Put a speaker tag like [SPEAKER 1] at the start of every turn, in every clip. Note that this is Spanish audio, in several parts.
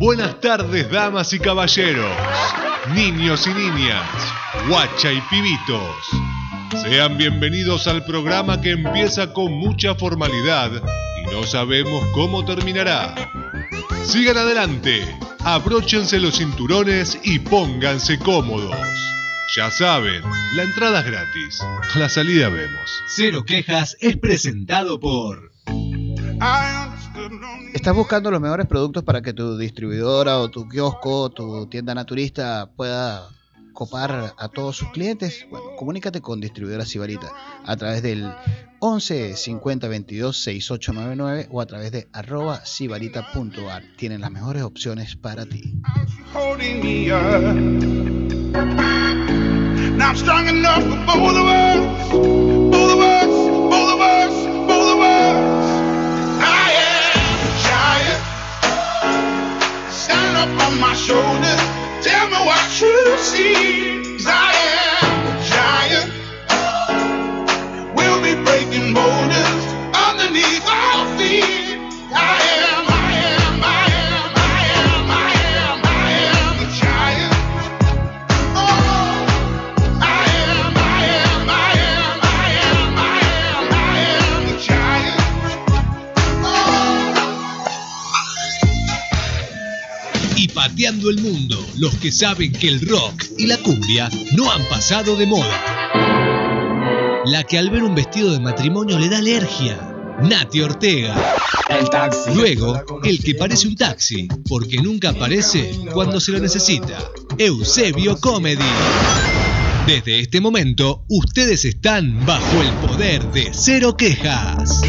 [SPEAKER 1] Buenas tardes, damas y caballeros, niños y niñas, guacha y pibitos. Sean bienvenidos al programa que empieza con mucha formalidad y no sabemos cómo terminará. Sigan adelante, abróchense los cinturones y pónganse cómodos. Ya saben, la entrada es gratis, a la salida vemos.
[SPEAKER 2] Cero Quejas es presentado por
[SPEAKER 3] ¿Estás buscando los mejores productos para que tu distribuidora o tu kiosco o tu tienda naturista pueda copar a todos sus clientes? Bueno, comunícate con Distribuidora Sibarita a través del 11 50 22 6899 o a través de arroba sibarita.ar. Tienen las mejores opciones para ti.
[SPEAKER 4] holding me up. Now I'm strong enough for both of us. Both of us, both of us, both of us. I am a giant. Stand up on my shoulders. Tell me what you see. 'Cause I am a giant. We'll be breaking boulders underneath our feet. I am, I am, I am, I am, I am, I am a giant. Oh, I am, I am, I am, I am, I am, I am a giant. Oh,
[SPEAKER 2] Y Pateando el Mundo, los que saben que el rock y la cumbia no han pasado de moda. La que al ver un vestido de matrimonio le da alergia, Nati Ortega. Luego, el que parece un taxi, porque nunca aparece cuando se lo necesita, Eusebio Comedy. Desde este momento, ustedes están bajo el poder de Cero Quejas.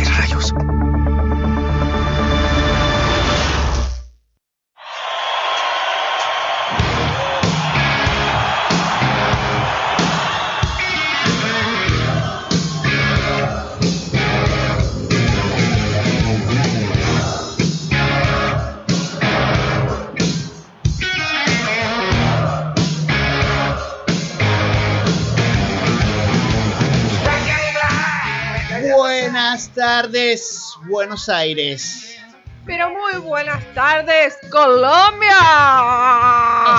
[SPEAKER 3] Buenas tardes, Buenos Aires.
[SPEAKER 5] Pero muy buenas tardes, Colombia.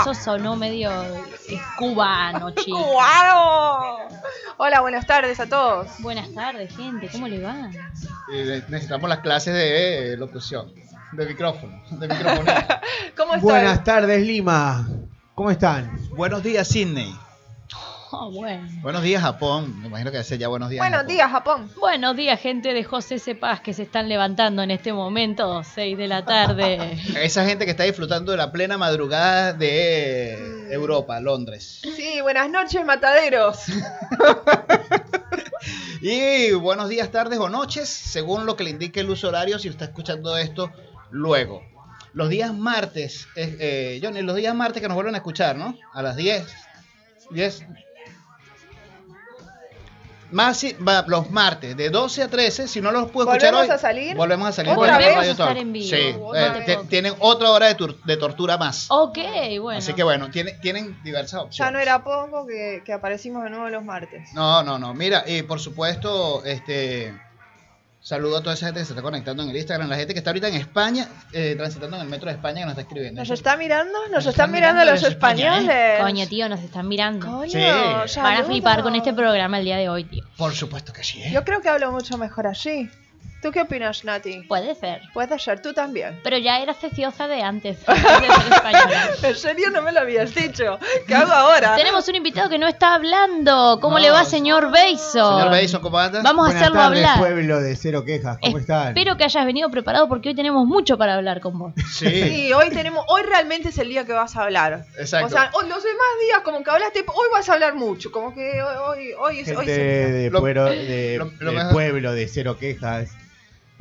[SPEAKER 6] Eso sonó medio eh, cubano, chicos.
[SPEAKER 5] ¡Guau! Hola, buenas tardes a todos.
[SPEAKER 6] Buenas tardes, gente. ¿Cómo le va?
[SPEAKER 3] Eh, necesitamos las clases de eh, locución, de micrófono, de micrófono.
[SPEAKER 5] ¿Cómo están?
[SPEAKER 7] Buenas tardes, Lima. ¿Cómo están?
[SPEAKER 3] Buenos días, Sydney.
[SPEAKER 6] Oh, bueno.
[SPEAKER 3] Buenos días, Japón. Me imagino que hace ya buenos días.
[SPEAKER 5] Buenos
[SPEAKER 3] Japón.
[SPEAKER 5] días, Japón.
[SPEAKER 6] Buenos días, gente de José C. Paz que se están levantando en este momento, 6 de la tarde.
[SPEAKER 3] Esa gente que está disfrutando de la plena madrugada de
[SPEAKER 5] Mm.
[SPEAKER 3] Europa, Londres.
[SPEAKER 5] Sí, buenas noches, mataderos.
[SPEAKER 3] Y buenos días, tardes o noches, según lo que le indique el uso horario, si está escuchando esto luego. Los días martes, eh, eh, Johnny, los días martes que nos vuelven a escuchar, ¿no? A las 10. 10. Más si- va, los martes, de 12 a 13, si no los puedo escuchar
[SPEAKER 5] ¿Volvemos
[SPEAKER 3] hoy,
[SPEAKER 5] a salir?
[SPEAKER 3] Volvemos a salir.
[SPEAKER 6] ¿Otra
[SPEAKER 3] por la
[SPEAKER 6] vez?
[SPEAKER 3] radio
[SPEAKER 6] Volvemos a estar
[SPEAKER 3] Tor-
[SPEAKER 6] en vivo.
[SPEAKER 3] Sí,
[SPEAKER 5] Otra
[SPEAKER 3] eh,
[SPEAKER 5] vez.
[SPEAKER 3] te- tienen otra hora de, tur- de tortura más.
[SPEAKER 6] Ok, Oh, bueno.
[SPEAKER 3] Así que bueno, tiene- tienen diversas opciones.
[SPEAKER 5] Ya no era poco que, que aparecimos de nuevo los martes.
[SPEAKER 3] No, no, no. Mira, y por supuesto, este saludo a toda esa gente que se está conectando en el Instagram, la gente que está ahorita en España, eh, transitando en el metro de España que nos está escribiendo.
[SPEAKER 5] ¿Nos está mirando?
[SPEAKER 3] Nos
[SPEAKER 5] ¿Nos están
[SPEAKER 3] están
[SPEAKER 5] mirando
[SPEAKER 3] mirando
[SPEAKER 5] los
[SPEAKER 3] desde España, ¿eh?
[SPEAKER 5] españoles?
[SPEAKER 6] Coño, tío, nos están mirando.
[SPEAKER 5] Coño,
[SPEAKER 3] Sí.
[SPEAKER 6] Van a
[SPEAKER 5] saludos.
[SPEAKER 6] flipar con este programa el día de hoy, tío.
[SPEAKER 3] Por supuesto que sí. ¿eh?
[SPEAKER 5] Yo creo que hablo mucho mejor allí. ¿Tú qué opinas, Nati?
[SPEAKER 6] Puede ser.
[SPEAKER 5] Puede ser, tú también.
[SPEAKER 6] Pero ya era ceciosa de antes, antes de ser española.
[SPEAKER 5] En serio no me lo habías dicho. ¿Qué hago ahora?
[SPEAKER 6] Tenemos un invitado que no está hablando. ¿Cómo
[SPEAKER 3] No.
[SPEAKER 6] le va, señor Bason?
[SPEAKER 3] Señor Bason, ¿cómo anda?
[SPEAKER 6] Vamos a
[SPEAKER 7] Buenas
[SPEAKER 6] hacerlo
[SPEAKER 7] tardes,
[SPEAKER 6] hablar.
[SPEAKER 7] pueblo de Cero Quejas. ¿Cómo están?
[SPEAKER 6] Eh, Espero que hayas venido preparado porque hoy tenemos mucho para hablar con vos.
[SPEAKER 3] Sí.
[SPEAKER 5] Sí, hoy tenemos, hoy realmente es el día que vas a hablar.
[SPEAKER 3] Exacto.
[SPEAKER 5] O sea, hoy- los demás días como que hablaste, hoy vas a hablar mucho, como que hoy, hoy, hoy es, hoy
[SPEAKER 7] Gente
[SPEAKER 5] es-
[SPEAKER 7] de,
[SPEAKER 3] Lo-
[SPEAKER 7] pueblo, de,
[SPEAKER 3] lo- lo
[SPEAKER 7] de
[SPEAKER 3] mejor-
[SPEAKER 7] pueblo de Cero Quejas.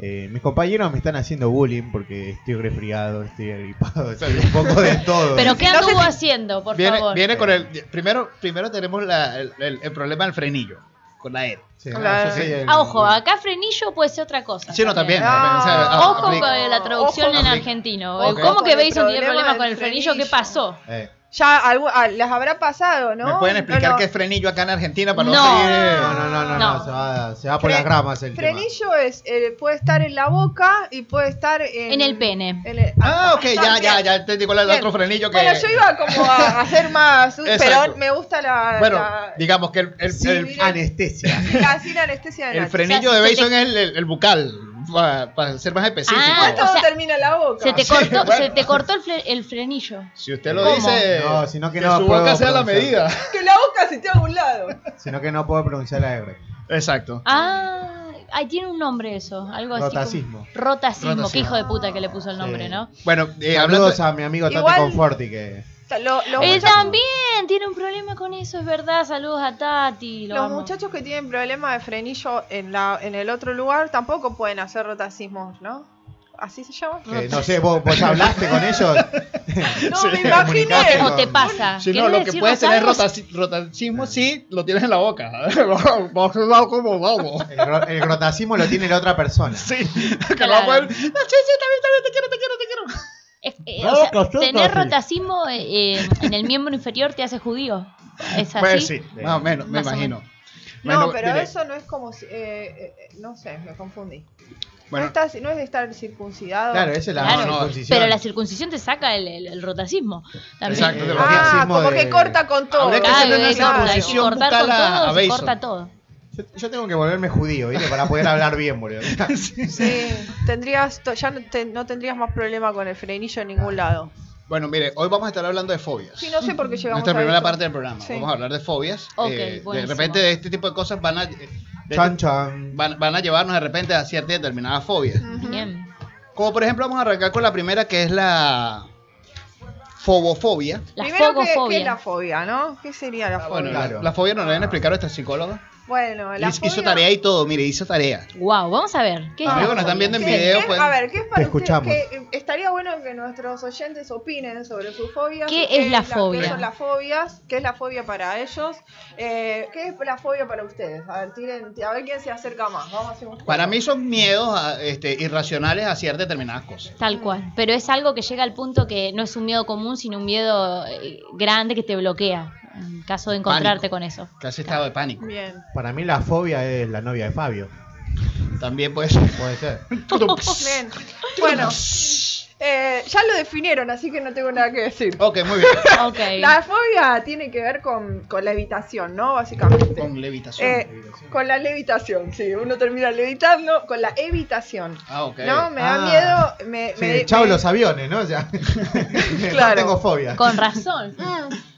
[SPEAKER 7] Eh, mis compañeros me están haciendo bullying porque estoy resfriado, estoy agripado, estoy un poco de todo.
[SPEAKER 6] Pero ¿qué
[SPEAKER 5] no sé
[SPEAKER 6] anduvo
[SPEAKER 5] si-
[SPEAKER 6] haciendo, por
[SPEAKER 3] viene,
[SPEAKER 6] favor?
[SPEAKER 3] viene con el primero primero tenemos la- el, el- el problema del frenillo con la E.
[SPEAKER 7] Sí,
[SPEAKER 5] La-
[SPEAKER 7] yo soy el-
[SPEAKER 6] Ah, ojo, acá frenillo puede ser otra cosa.
[SPEAKER 3] Sí, no, también.
[SPEAKER 5] Ah,
[SPEAKER 3] también, o sea, a-
[SPEAKER 6] Ojo con
[SPEAKER 3] aplica.
[SPEAKER 6] la traducción
[SPEAKER 5] Ojo.
[SPEAKER 6] en
[SPEAKER 3] Aplica.
[SPEAKER 6] argentino.
[SPEAKER 5] Ojo
[SPEAKER 6] ¿Cómo
[SPEAKER 5] con
[SPEAKER 6] que
[SPEAKER 5] el
[SPEAKER 6] veis un tiene
[SPEAKER 5] problema
[SPEAKER 6] problema
[SPEAKER 5] del
[SPEAKER 6] con el frenillo? ¿Qué
[SPEAKER 5] frenillo.
[SPEAKER 6] pasó?
[SPEAKER 7] Eh,
[SPEAKER 5] ya algu- ah, las habrá pasado, ¿no?
[SPEAKER 3] ¿Me pueden explicar
[SPEAKER 5] No, no.
[SPEAKER 3] qué es frenillo acá en Argentina para no,
[SPEAKER 6] No.
[SPEAKER 3] seguir?
[SPEAKER 7] No, no, no, no, no,
[SPEAKER 6] No.
[SPEAKER 7] se va, se va por
[SPEAKER 5] Fre-
[SPEAKER 7] las ramas el tema.
[SPEAKER 5] Frenillo es, eh, puede estar en la boca y puede estar en,
[SPEAKER 6] En el pene.
[SPEAKER 5] en el-
[SPEAKER 3] Ah, ok, ya,
[SPEAKER 5] también.
[SPEAKER 3] ya, ya entendí cuál es el
[SPEAKER 5] Bien.
[SPEAKER 3] otro frenillo que.
[SPEAKER 5] Bueno, yo iba como a hacer más, uy,
[SPEAKER 3] Exacto.
[SPEAKER 5] pero me gusta la,
[SPEAKER 3] Bueno,
[SPEAKER 5] la-
[SPEAKER 3] digamos que el, el,
[SPEAKER 5] Sí,
[SPEAKER 3] el-
[SPEAKER 5] mira.
[SPEAKER 7] Anestesia.
[SPEAKER 5] la- así la anestesia de
[SPEAKER 3] el
[SPEAKER 5] Nacho.
[SPEAKER 3] frenillo
[SPEAKER 6] O sea,
[SPEAKER 3] de
[SPEAKER 6] se te-
[SPEAKER 3] Bason es el, el- el bucal, para, ser más específico.
[SPEAKER 6] Ah,
[SPEAKER 5] Todo
[SPEAKER 6] o sea,
[SPEAKER 5] termina en la boca.
[SPEAKER 6] Se te
[SPEAKER 3] Sí,
[SPEAKER 6] cortó,
[SPEAKER 3] bueno.
[SPEAKER 6] se te cortó el, fre- el frenillo.
[SPEAKER 3] si usted lo
[SPEAKER 6] ¿Cómo?
[SPEAKER 3] dice,
[SPEAKER 7] No, sino que no
[SPEAKER 3] su
[SPEAKER 7] puedo
[SPEAKER 3] boca sea la medida.
[SPEAKER 7] pronunciar.
[SPEAKER 5] Que la boca se te haga a un lado.
[SPEAKER 7] Sino que no puedo pronunciar la R.
[SPEAKER 3] Exacto.
[SPEAKER 6] Ah, ahí tiene un nombre eso, algo así. como-
[SPEAKER 7] Rotacismo.
[SPEAKER 6] Rotacismo, qué
[SPEAKER 3] Rotacismo.
[SPEAKER 6] hijo de puta que le puso el nombre,
[SPEAKER 7] Sí.
[SPEAKER 6] ¿no?
[SPEAKER 3] Bueno, eh, hablando.
[SPEAKER 7] Saludos a mi amigo Tate
[SPEAKER 5] Igual-
[SPEAKER 7] Conforti que.
[SPEAKER 5] O sea, lo- los
[SPEAKER 6] Él
[SPEAKER 5] muchachos-
[SPEAKER 6] también tiene un problema con eso, es verdad. Saludos a Tati. lo
[SPEAKER 5] Los
[SPEAKER 6] amo.
[SPEAKER 5] muchachos que tienen problemas de frenillo en, la, en el otro lugar tampoco pueden hacer rotacismos, ¿no? ¿Así se llama?
[SPEAKER 7] que Eh, no sé, ¿vos, vos hablaste con ellos.
[SPEAKER 5] No,
[SPEAKER 3] Sí,
[SPEAKER 5] me imaginé.
[SPEAKER 7] comunicaste
[SPEAKER 6] O te pasa.
[SPEAKER 3] Si no,
[SPEAKER 6] ¿Querés
[SPEAKER 3] lo que
[SPEAKER 6] decirnos
[SPEAKER 3] puedes tener es
[SPEAKER 6] algo?
[SPEAKER 3] rotaci-
[SPEAKER 7] Ah.
[SPEAKER 3] rotacismo si lo tienes en la boca. Vamos a hablar como vamos.
[SPEAKER 7] El, gro- el grotacismo lo tiene la otra persona.
[SPEAKER 3] Sí, que
[SPEAKER 6] Claro.
[SPEAKER 3] vamos a ver. No, sí, sí, también, también, te quiero, te quiero, te quiero.
[SPEAKER 6] Es- eh,
[SPEAKER 7] No,
[SPEAKER 6] o sea,
[SPEAKER 7] cachota,
[SPEAKER 6] tener
[SPEAKER 7] sí.
[SPEAKER 6] rotacismo eh, eh, en el miembro inferior te hace judío. ¿Es así?
[SPEAKER 3] Pues sí,
[SPEAKER 7] Sí.
[SPEAKER 3] más o menos, me
[SPEAKER 6] Más o
[SPEAKER 3] imagino.
[SPEAKER 5] No,
[SPEAKER 3] Bueno,
[SPEAKER 5] pero
[SPEAKER 3] mire,
[SPEAKER 5] eso no es como si- eh, eh, eh, no sé, me confundí.
[SPEAKER 3] bueno,
[SPEAKER 5] no, estás- no es de estar circuncidado.
[SPEAKER 7] Claro, esa es la
[SPEAKER 6] Claro,
[SPEAKER 7] circuncisión.
[SPEAKER 6] pero la circuncisión te saca el, el- el rotacismo. También.
[SPEAKER 3] Exacto, te lo-
[SPEAKER 5] Ah,
[SPEAKER 7] racismo
[SPEAKER 5] como
[SPEAKER 7] de-
[SPEAKER 5] que corta con todo.
[SPEAKER 3] Habría que
[SPEAKER 6] Claro,
[SPEAKER 3] hacer una
[SPEAKER 6] eh, corta, hay que
[SPEAKER 3] circuncisión
[SPEAKER 6] cortar con
[SPEAKER 3] bucal a-
[SPEAKER 6] todo,
[SPEAKER 3] a
[SPEAKER 6] se
[SPEAKER 3] Bason.
[SPEAKER 6] corta todo.
[SPEAKER 7] Yo, yo tengo que volverme judío, ¿viste? Para poder hablar bien, boludo.
[SPEAKER 5] Sí, tendrías, to- ya no, te- no tendrías más problema con el frenillo en ningún lado.
[SPEAKER 3] bueno, mire, hoy vamos a estar hablando de fobias.
[SPEAKER 5] Sí, no sé por qué llegamos
[SPEAKER 3] Nuestra
[SPEAKER 5] a
[SPEAKER 3] primera
[SPEAKER 5] esto.
[SPEAKER 3] parte del programa.
[SPEAKER 5] Sí.
[SPEAKER 3] Vamos a hablar de fobias.
[SPEAKER 6] Ok,
[SPEAKER 3] Eh, de
[SPEAKER 6] buenísimo.
[SPEAKER 3] repente este tipo de cosas van a, eh, de-
[SPEAKER 7] Chan, chan.
[SPEAKER 3] van, van a llevarnos de repente a ciertas determinadas fobias.
[SPEAKER 5] Ujú.
[SPEAKER 6] Bien.
[SPEAKER 3] Como por ejemplo vamos a arrancar con la primera que es la fobofobia.
[SPEAKER 6] La
[SPEAKER 5] Primero, ¿qué,
[SPEAKER 6] fogofobia.
[SPEAKER 5] qué es la fobia, no? ¿Qué sería la
[SPEAKER 3] Ah,
[SPEAKER 5] fobia?
[SPEAKER 3] bueno,
[SPEAKER 5] Bueno,
[SPEAKER 3] la-
[SPEAKER 7] Claro.
[SPEAKER 3] la, fobia nos la habían explicado nuestra psicóloga.
[SPEAKER 5] la
[SPEAKER 3] Hizo, hizo
[SPEAKER 5] fobia-
[SPEAKER 3] tarea y todo, mire, hizo tarea.
[SPEAKER 6] Wow, vamos a ver. ¿Qué es la
[SPEAKER 3] Amigos, nos
[SPEAKER 6] fobia?
[SPEAKER 3] están viendo en
[SPEAKER 5] ¿Qué-
[SPEAKER 3] video. pues.
[SPEAKER 5] qué-
[SPEAKER 3] pueden-
[SPEAKER 5] a ver, ¿qué es para ustedes
[SPEAKER 7] Te escuchamos.
[SPEAKER 5] que eh, estaría bueno que nuestros oyentes opinen sobre sus fobias?
[SPEAKER 6] ¿Qué es la fobia?
[SPEAKER 5] ¿Qué son las fobias? ¿Qué es la fobia para ellos? Eh, ¿Qué es la fobia para ustedes? A ver, tiren, a ver quién se acerca más. Vamos a hacer un juego.
[SPEAKER 3] Para mí son miedos a- este, irracionales a ciertas determinadas cosas.
[SPEAKER 6] Tal cual, pero es algo que llega al punto que no es un miedo común, sino un miedo eh, grande que te bloquea en caso de
[SPEAKER 3] Pánico.
[SPEAKER 6] encontrarte con eso.
[SPEAKER 3] Casi estado de pánico.
[SPEAKER 5] Bien.
[SPEAKER 7] Para mí la fobia es la novia de Fabio.
[SPEAKER 3] También puede ser.
[SPEAKER 7] Puede ser.
[SPEAKER 5] Bien. Bueno, eh, ya lo definieron, así que no tengo nada que decir.
[SPEAKER 3] ok, muy bien.
[SPEAKER 6] Ok.
[SPEAKER 5] La fobia tiene que ver con, con la evitación, ¿no? Básicamente.
[SPEAKER 3] Con levitación.
[SPEAKER 5] Eh, con la levitación, sí, uno termina levitando con la evitación.
[SPEAKER 3] Ah, ok.
[SPEAKER 5] No, me da
[SPEAKER 7] Ah.
[SPEAKER 5] miedo. Me,
[SPEAKER 7] Sí,
[SPEAKER 5] me-
[SPEAKER 7] chau
[SPEAKER 5] me-
[SPEAKER 7] los aviones, ¿no? O sea,
[SPEAKER 5] Claro.
[SPEAKER 7] no tengo fobia.
[SPEAKER 6] Con razón.
[SPEAKER 5] Mm,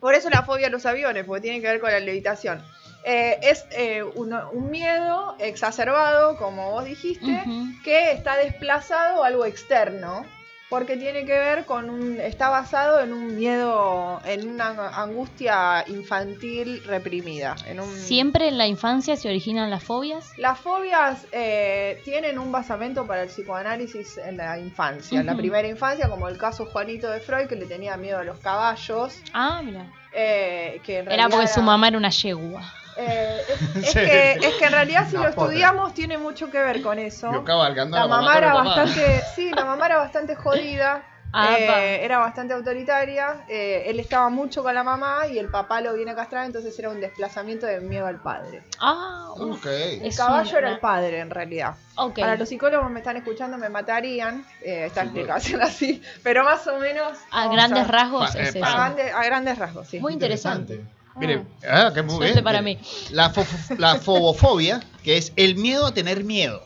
[SPEAKER 5] Por eso la fobia a los aviones, porque tiene que ver con la levitación. Eh, es eh, uno- un, miedo exacerbado, como vos dijiste,
[SPEAKER 6] Ujú.
[SPEAKER 5] que está desplazado a algo externo, porque tiene que ver con un. está basado en un miedo, en una angustia infantil reprimida. En un,
[SPEAKER 6] Siempre en la infancia se originan las fobias.
[SPEAKER 5] Las fobias eh, tienen un basamento para el psicoanálisis en la infancia, en la
[SPEAKER 6] Ujú.
[SPEAKER 5] primera infancia, como el caso Juanito de Freud, que le tenía miedo a los caballos.
[SPEAKER 6] Ah, mira.
[SPEAKER 5] eh, que en
[SPEAKER 6] Era
[SPEAKER 5] realidad
[SPEAKER 6] porque su
[SPEAKER 5] era-
[SPEAKER 6] mamá era una yegua.
[SPEAKER 5] eh, es, es
[SPEAKER 3] Sí.
[SPEAKER 5] que, es que en realidad si
[SPEAKER 7] Una
[SPEAKER 5] lo
[SPEAKER 7] potra.
[SPEAKER 5] estudiamos tiene mucho que ver con eso.
[SPEAKER 3] Yo cabalgando a
[SPEAKER 5] La mamá
[SPEAKER 3] con
[SPEAKER 5] era
[SPEAKER 3] el
[SPEAKER 5] bastante, sí, la mamá era bastante jodida,
[SPEAKER 6] Ah,
[SPEAKER 5] eh,
[SPEAKER 6] pa.
[SPEAKER 5] era bastante autoritaria, eh, él estaba mucho con la mamá y el papá lo viene a castrar, entonces era un desplazamiento de miedo al padre.
[SPEAKER 6] Ah, uf.
[SPEAKER 3] Ok.
[SPEAKER 5] El
[SPEAKER 6] Es
[SPEAKER 5] caballo
[SPEAKER 6] una-
[SPEAKER 5] era el padre en realidad.
[SPEAKER 6] Ok.
[SPEAKER 5] Para los psicólogos me están escuchando, me matarían eh, esta
[SPEAKER 3] Sí, bueno.
[SPEAKER 5] explicación así, pero más o menos...
[SPEAKER 6] A
[SPEAKER 5] vamos
[SPEAKER 6] grandes
[SPEAKER 5] a-
[SPEAKER 6] rasgos
[SPEAKER 3] Pa-
[SPEAKER 6] es
[SPEAKER 3] eh,
[SPEAKER 5] A
[SPEAKER 3] pa-
[SPEAKER 6] eso.
[SPEAKER 5] grandes, a grandes rasgos, sí.
[SPEAKER 6] Muy interesante.
[SPEAKER 3] Mire, ah, qué muy
[SPEAKER 6] Suerte
[SPEAKER 3] bien.
[SPEAKER 6] para
[SPEAKER 3] Mire,
[SPEAKER 6] mí.
[SPEAKER 3] La, fo- la fobofobia, que es el miedo a tener miedo.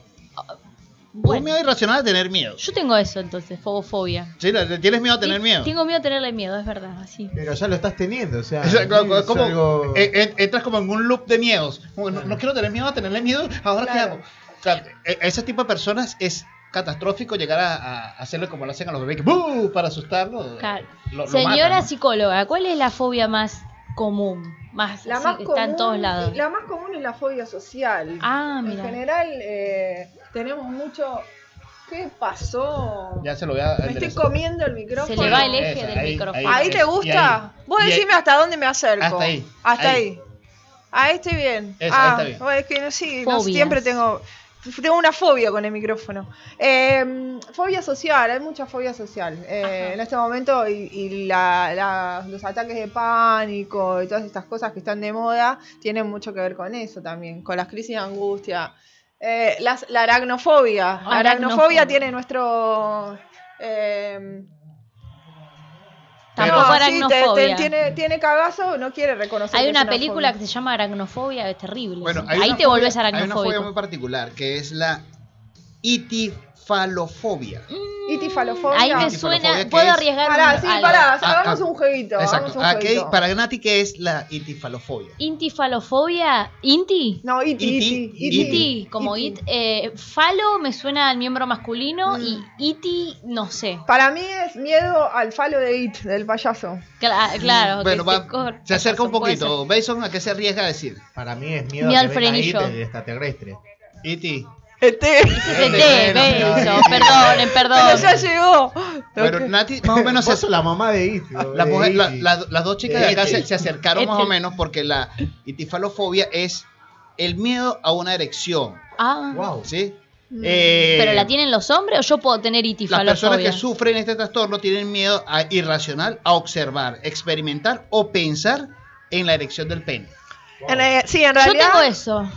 [SPEAKER 3] Un
[SPEAKER 6] Bueno,
[SPEAKER 3] miedo irracional a tener miedo.
[SPEAKER 6] yo tengo eso entonces, fobofobia.
[SPEAKER 3] Sí, le- le tienes miedo a tener
[SPEAKER 6] Ti-
[SPEAKER 3] miedo.
[SPEAKER 6] Tengo miedo a tenerle miedo, es verdad, así.
[SPEAKER 7] Pero ya lo estás teniendo, o sea.
[SPEAKER 3] O sea, como-
[SPEAKER 7] es
[SPEAKER 3] como-
[SPEAKER 7] algo-
[SPEAKER 3] eh, eh, entras como en un loop de miedos. Como, No, no quiero tener miedo a tenerle miedo, ahora qué
[SPEAKER 5] Claro.
[SPEAKER 3] hago. O sea, e- ese tipo de personas es catastrófico llegar a, a hacerlo como lo hacen a los bebés, que ¡buh! para asustarlo.
[SPEAKER 6] Claro.
[SPEAKER 3] lo- lo
[SPEAKER 6] Señora
[SPEAKER 3] matan, ¿no?
[SPEAKER 6] psicóloga, ¿cuál es la fobia más común? Más,
[SPEAKER 5] La
[SPEAKER 6] así
[SPEAKER 5] más
[SPEAKER 6] que
[SPEAKER 5] común,
[SPEAKER 6] está en todos lados.
[SPEAKER 5] La más común es la fobia social.
[SPEAKER 6] Ah,
[SPEAKER 5] en
[SPEAKER 6] mira.
[SPEAKER 5] general eh, tenemos mucho... ¿Qué pasó?
[SPEAKER 3] Ya se lo voy a.
[SPEAKER 5] me estoy comiendo el micrófono.
[SPEAKER 6] Pues Se le va el
[SPEAKER 3] Esa,
[SPEAKER 6] eje del
[SPEAKER 3] ahí,
[SPEAKER 6] micrófono.
[SPEAKER 5] Ahí
[SPEAKER 3] Y
[SPEAKER 5] te gusta.
[SPEAKER 3] ahí.
[SPEAKER 5] Vos
[SPEAKER 3] Y ahí.
[SPEAKER 5] decime hasta dónde me acerco.
[SPEAKER 3] Hasta ahí.
[SPEAKER 5] Hasta
[SPEAKER 3] Ahí.
[SPEAKER 5] ahí. Ahí estoy bien.
[SPEAKER 3] Esa, ahí
[SPEAKER 5] ah,
[SPEAKER 3] está bien.
[SPEAKER 5] bueno, es que no, sí, no,
[SPEAKER 6] Fobias.
[SPEAKER 5] siempre tengo Tengo una fobia con el micrófono. Eh, fobia social, hay mucha fobia social. eh,
[SPEAKER 6] Ajá.
[SPEAKER 5] en este momento, y, y la- la- los ataques de pánico y todas estas cosas que están de moda tienen mucho que ver con eso también, con las crisis de angustia. Eh, las- la aracnofobia. Aracnofobia,
[SPEAKER 6] Aracnofobia.
[SPEAKER 5] tiene nuestro. eh,
[SPEAKER 6] Tampoco
[SPEAKER 5] no, sí, te- te-
[SPEAKER 6] aracnofobia.
[SPEAKER 5] tiene, tiene cagazo, no quiere reconocer.
[SPEAKER 6] Hay
[SPEAKER 5] que es
[SPEAKER 6] una película que
[SPEAKER 5] fobia.
[SPEAKER 6] se llama Aracnofobia, es terrible.
[SPEAKER 3] Bueno,
[SPEAKER 6] sí.
[SPEAKER 3] hay
[SPEAKER 6] Ahí
[SPEAKER 3] una
[SPEAKER 6] te
[SPEAKER 3] fobia-
[SPEAKER 6] volvés
[SPEAKER 3] Hay una fobia muy
[SPEAKER 6] aracnofóbico.
[SPEAKER 3] particular que es la itifalofobia.
[SPEAKER 6] Mm.
[SPEAKER 5] Itifalofobia.
[SPEAKER 6] Ahí me
[SPEAKER 3] Itifalofobia, que
[SPEAKER 6] suena.
[SPEAKER 3] es-
[SPEAKER 6] Puedo arriesgar
[SPEAKER 5] E Pará,
[SPEAKER 6] un-
[SPEAKER 5] sí,
[SPEAKER 6] algo.
[SPEAKER 5] pará, o sea,
[SPEAKER 3] Ah,
[SPEAKER 5] hagamos
[SPEAKER 3] ah,
[SPEAKER 5] un jueguito. hagamos
[SPEAKER 3] Exacto.
[SPEAKER 5] un
[SPEAKER 3] Ah, ¿qué-
[SPEAKER 5] jueguito.
[SPEAKER 3] para Nati, ¿qué es la itifalofobia?
[SPEAKER 6] Intifalofobia. Inti.
[SPEAKER 5] No, E iti,
[SPEAKER 3] Iti,
[SPEAKER 5] iti,
[SPEAKER 3] iti.
[SPEAKER 5] iti. Mm.
[SPEAKER 6] Iti, como it. eh, falo me suena al miembro masculino y iti, no sé.
[SPEAKER 5] Para mí es miedo al falo de it, del payaso.
[SPEAKER 6] Cla- ah, claro. que
[SPEAKER 3] Bueno,
[SPEAKER 6] se
[SPEAKER 3] va-
[SPEAKER 6] cor-
[SPEAKER 3] se acerca un
[SPEAKER 6] puede ser.
[SPEAKER 3] poquito. Mason, ¿a qué se arriesga a decir?
[SPEAKER 7] Para mí es miedo
[SPEAKER 6] Miedo
[SPEAKER 7] a
[SPEAKER 6] al
[SPEAKER 7] que venga
[SPEAKER 6] frenillo.
[SPEAKER 7] ahí el extraterrestre.
[SPEAKER 3] Iti.
[SPEAKER 5] Este.
[SPEAKER 6] Ese es el
[SPEAKER 3] Bueno,
[SPEAKER 6] té,
[SPEAKER 3] bueno,
[SPEAKER 6] beso,
[SPEAKER 3] bueno.
[SPEAKER 6] Perdonen,
[SPEAKER 5] Pero ya
[SPEAKER 6] perdón.
[SPEAKER 5] llegó.
[SPEAKER 3] Bueno, Nati, más o menos
[SPEAKER 7] Vos
[SPEAKER 3] se
[SPEAKER 7] sos la mamá de It.
[SPEAKER 3] La
[SPEAKER 7] de
[SPEAKER 3] mujer-
[SPEAKER 7] It.
[SPEAKER 3] la- la- las dos chicas de acá se, se acercaron más o
[SPEAKER 6] Este.
[SPEAKER 3] menos porque la itifalofobia es el miedo a una erección.
[SPEAKER 6] Ah,
[SPEAKER 7] Wow.
[SPEAKER 3] ¿sí? Eh,
[SPEAKER 6] Mm, ¿Pero la tienen los hombres o yo puedo tener
[SPEAKER 3] Las personas
[SPEAKER 6] itifalofobia?
[SPEAKER 3] que sufren este trastorno tienen miedo a- irracional a observar, experimentar o pensar en la erección del pene.
[SPEAKER 5] En, eh, sí, en
[SPEAKER 6] Yo tengo
[SPEAKER 5] realidad.
[SPEAKER 6] eso.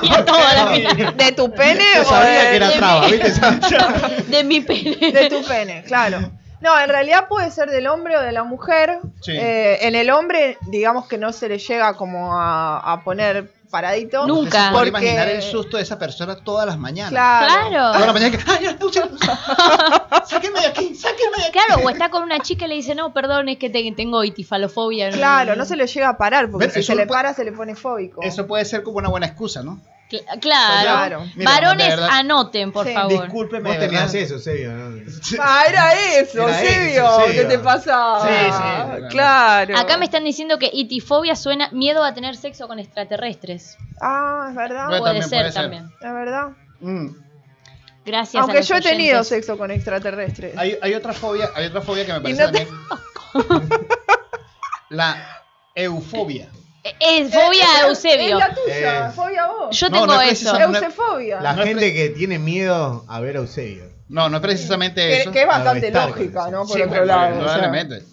[SPEAKER 6] Tenía toda la vida.
[SPEAKER 5] ¿De tu pene
[SPEAKER 7] Yo
[SPEAKER 5] o
[SPEAKER 7] sabía que
[SPEAKER 5] de,
[SPEAKER 7] era
[SPEAKER 6] Eh, de-
[SPEAKER 7] traba, ¿viste? Ya-
[SPEAKER 6] De mi pene.
[SPEAKER 5] de tu pene? Claro. No, en realidad puede ser del hombre o de la mujer.
[SPEAKER 3] Sí.
[SPEAKER 5] Eh, en el hombre, digamos que no se le llega como a, a poner paradito.
[SPEAKER 6] Nunca.
[SPEAKER 3] Entonces, se puede
[SPEAKER 5] Porque-
[SPEAKER 3] imaginar el susto de esa persona todas las mañanas. Todas las
[SPEAKER 6] Claro.
[SPEAKER 3] mañanas que, ¡ay, la pucha! ¡Sáquenme de aquí! ¡Sáquenme de aquí!
[SPEAKER 6] Claro, o está con una chica y le dice, no, perdón, es que te- tengo itifalofobia.
[SPEAKER 5] Claro, no se le llega a parar, porque
[SPEAKER 3] Pero
[SPEAKER 5] si
[SPEAKER 3] eso
[SPEAKER 5] se
[SPEAKER 3] lo
[SPEAKER 5] le
[SPEAKER 3] pu-
[SPEAKER 5] para se le pone fóbico.
[SPEAKER 3] Eso puede ser como una buena excusa, ¿no?
[SPEAKER 6] Cl- claro.
[SPEAKER 5] Claro.
[SPEAKER 3] Mira,
[SPEAKER 6] Varones,
[SPEAKER 3] la verdad-
[SPEAKER 6] anoten, por
[SPEAKER 5] Sí.
[SPEAKER 6] favor.
[SPEAKER 3] Discúlpeme.
[SPEAKER 7] Vos
[SPEAKER 3] de
[SPEAKER 7] tenías
[SPEAKER 3] verdad.
[SPEAKER 7] eso, serio, ¿no?
[SPEAKER 5] Ah, era eso,
[SPEAKER 7] Era
[SPEAKER 5] Sebio,
[SPEAKER 7] eso, Sebio.
[SPEAKER 5] ¿qué te pasaba?
[SPEAKER 3] Sí, sí, claro.
[SPEAKER 5] claro.
[SPEAKER 6] Acá me están diciendo que itifobia suena miedo a tener sexo con extraterrestres.
[SPEAKER 5] Ah, es verdad,
[SPEAKER 3] Bueno,
[SPEAKER 6] puede
[SPEAKER 3] también,
[SPEAKER 6] ser
[SPEAKER 3] puede ser.
[SPEAKER 6] también.
[SPEAKER 5] es verdad.
[SPEAKER 3] Mm.
[SPEAKER 6] Gracias. a
[SPEAKER 5] Aunque
[SPEAKER 6] los
[SPEAKER 5] yo he tenido
[SPEAKER 6] oyentes.
[SPEAKER 5] sexo con extraterrestres.
[SPEAKER 3] Hay, hay otra fobia, hay otra fobia que me parece
[SPEAKER 5] no te-
[SPEAKER 3] también. la eufobia.
[SPEAKER 6] Eh, eh, fobia a Eusebio.
[SPEAKER 5] Es la tuya,
[SPEAKER 7] Eh,
[SPEAKER 5] fobia a vos.
[SPEAKER 6] Yo
[SPEAKER 3] No,
[SPEAKER 6] tengo
[SPEAKER 3] no es
[SPEAKER 6] eso.
[SPEAKER 3] preciso-
[SPEAKER 5] Eusefobia.
[SPEAKER 7] La
[SPEAKER 3] No es
[SPEAKER 7] gente que tiene miedo a ver a Eusebio.
[SPEAKER 3] No, no es precisamente
[SPEAKER 5] que,
[SPEAKER 3] eso.
[SPEAKER 5] que es bastante
[SPEAKER 7] Estar con
[SPEAKER 5] lógica,
[SPEAKER 7] eso.
[SPEAKER 5] ¿no? Por
[SPEAKER 3] Sí,
[SPEAKER 5] otro lado. o sea.
[SPEAKER 3] Probablemente.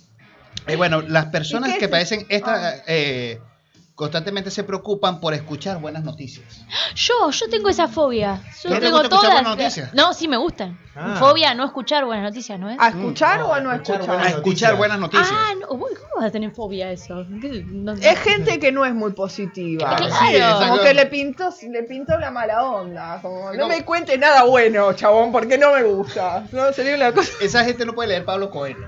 [SPEAKER 3] Y bueno, las
[SPEAKER 5] ¿Y
[SPEAKER 3] personas
[SPEAKER 5] qué
[SPEAKER 3] que
[SPEAKER 5] es? Ah.
[SPEAKER 3] padecen esta eh, constantemente se preocupan por escuchar buenas noticias.
[SPEAKER 6] Yo, yo tengo esa fobia. Yo
[SPEAKER 3] ¿No te
[SPEAKER 6] tengo
[SPEAKER 3] gusta escuchar
[SPEAKER 6] todas.
[SPEAKER 3] buenas noticias?
[SPEAKER 6] No, sí me gustan.
[SPEAKER 7] Ah.
[SPEAKER 6] Fobia a no escuchar buenas noticias, ¿no es?
[SPEAKER 5] ¿A escuchar
[SPEAKER 7] Mm,
[SPEAKER 5] o a no
[SPEAKER 7] no, escuchar
[SPEAKER 5] escuchar?
[SPEAKER 3] A
[SPEAKER 7] buenas
[SPEAKER 3] Ah, escuchar
[SPEAKER 7] noticias.
[SPEAKER 3] buenas noticias.
[SPEAKER 6] Ah, no, uy, ¿cómo vas a tener fobia a eso? ¿Qué- no-
[SPEAKER 5] Es gente que no es muy positiva.
[SPEAKER 6] Claro.
[SPEAKER 3] Sí, exacto.
[SPEAKER 5] Como que le pintó, le pintó la mala onda. Como, no
[SPEAKER 3] No.
[SPEAKER 5] me cuente nada bueno, chabón, porque no me gusta. No, sería una cosa.
[SPEAKER 3] Esa gente no puede leer Pablo Coelho.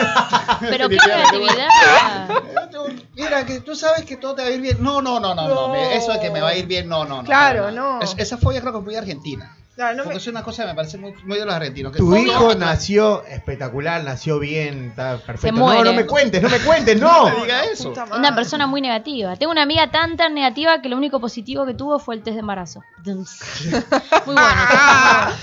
[SPEAKER 6] Ah, Pero qué
[SPEAKER 3] Definitivamente, bueno.
[SPEAKER 6] creatividad.
[SPEAKER 3] Eh, tú- Mira, que tú sabes que todo te va a ir bien. No, no, no, no, no.
[SPEAKER 5] No.
[SPEAKER 3] me- Eso de que me va a ir bien, no, no, no.
[SPEAKER 5] Claro, no.
[SPEAKER 3] Es- esa fobia creo que es muy argentina.
[SPEAKER 5] No, no
[SPEAKER 3] Porque
[SPEAKER 5] me-
[SPEAKER 3] es una cosa que me parece muy, muy de los argentinos. que-
[SPEAKER 7] Tu
[SPEAKER 3] Fobia-
[SPEAKER 7] hijo nació espectacular, nació bien, está perfecto.
[SPEAKER 6] muere.
[SPEAKER 7] No, no me cuentes, no me cuentes, no.
[SPEAKER 3] No diga eso.
[SPEAKER 5] Puta madre.
[SPEAKER 6] Una persona muy negativa. Tengo una amiga tan tan negativa que lo único positivo que tuvo fue el test de embarazo. Muy bueno.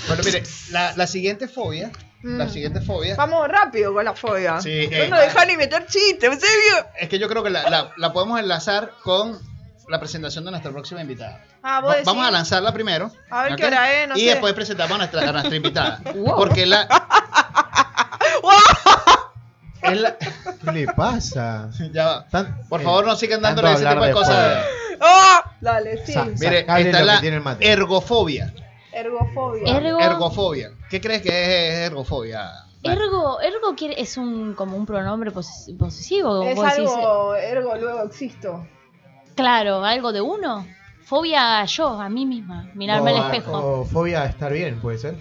[SPEAKER 3] Bueno, mire, la, la siguiente fobia. La
[SPEAKER 5] Mm.
[SPEAKER 3] siguiente fobia.
[SPEAKER 5] Vamos rápido con la fobia.
[SPEAKER 3] Sí,
[SPEAKER 5] Vos
[SPEAKER 3] eh,
[SPEAKER 5] no dejás ni meter chistes, ¿en serio?
[SPEAKER 3] Es que yo creo que la, la- la podemos enlazar con la presentación de nuestra próxima invitada.
[SPEAKER 5] Ah, vos
[SPEAKER 3] Va-
[SPEAKER 5] decís.
[SPEAKER 3] vamos a lanzarla primero.
[SPEAKER 5] A ver qué
[SPEAKER 3] ¿ok?
[SPEAKER 5] hora es, no
[SPEAKER 3] Y
[SPEAKER 5] sé.
[SPEAKER 3] después presentamos a nuestra, a nuestra invitada.
[SPEAKER 6] Wow.
[SPEAKER 3] Porque la. es la-
[SPEAKER 7] ¿Qué le pasa?
[SPEAKER 3] ya va.
[SPEAKER 7] Tan-
[SPEAKER 3] Por
[SPEAKER 7] eh,
[SPEAKER 3] favor, no sigan dándole
[SPEAKER 7] tanto
[SPEAKER 3] ese tipo de
[SPEAKER 7] hablar de
[SPEAKER 3] cosas.
[SPEAKER 5] ¡Ah! Dale, sí.
[SPEAKER 7] Sa-
[SPEAKER 3] Mire,
[SPEAKER 7] Sacale
[SPEAKER 3] está
[SPEAKER 7] lo que
[SPEAKER 3] la
[SPEAKER 7] tiene el mate.
[SPEAKER 3] ergofobia.
[SPEAKER 5] Ergofobia.
[SPEAKER 6] Ergo, ergo,
[SPEAKER 3] Ergofobia. ¿Qué crees que es ergofobia?
[SPEAKER 6] ergo quiere- es un como un pronombre posi- posesivo.
[SPEAKER 5] es
[SPEAKER 6] vos decís,
[SPEAKER 5] algo, ergo luego existo.
[SPEAKER 6] Claro, algo de uno. Fobia a yo, a mí misma. Mirarme
[SPEAKER 7] O-
[SPEAKER 6] al espejo.
[SPEAKER 7] O fobia a estar bien, puede ser.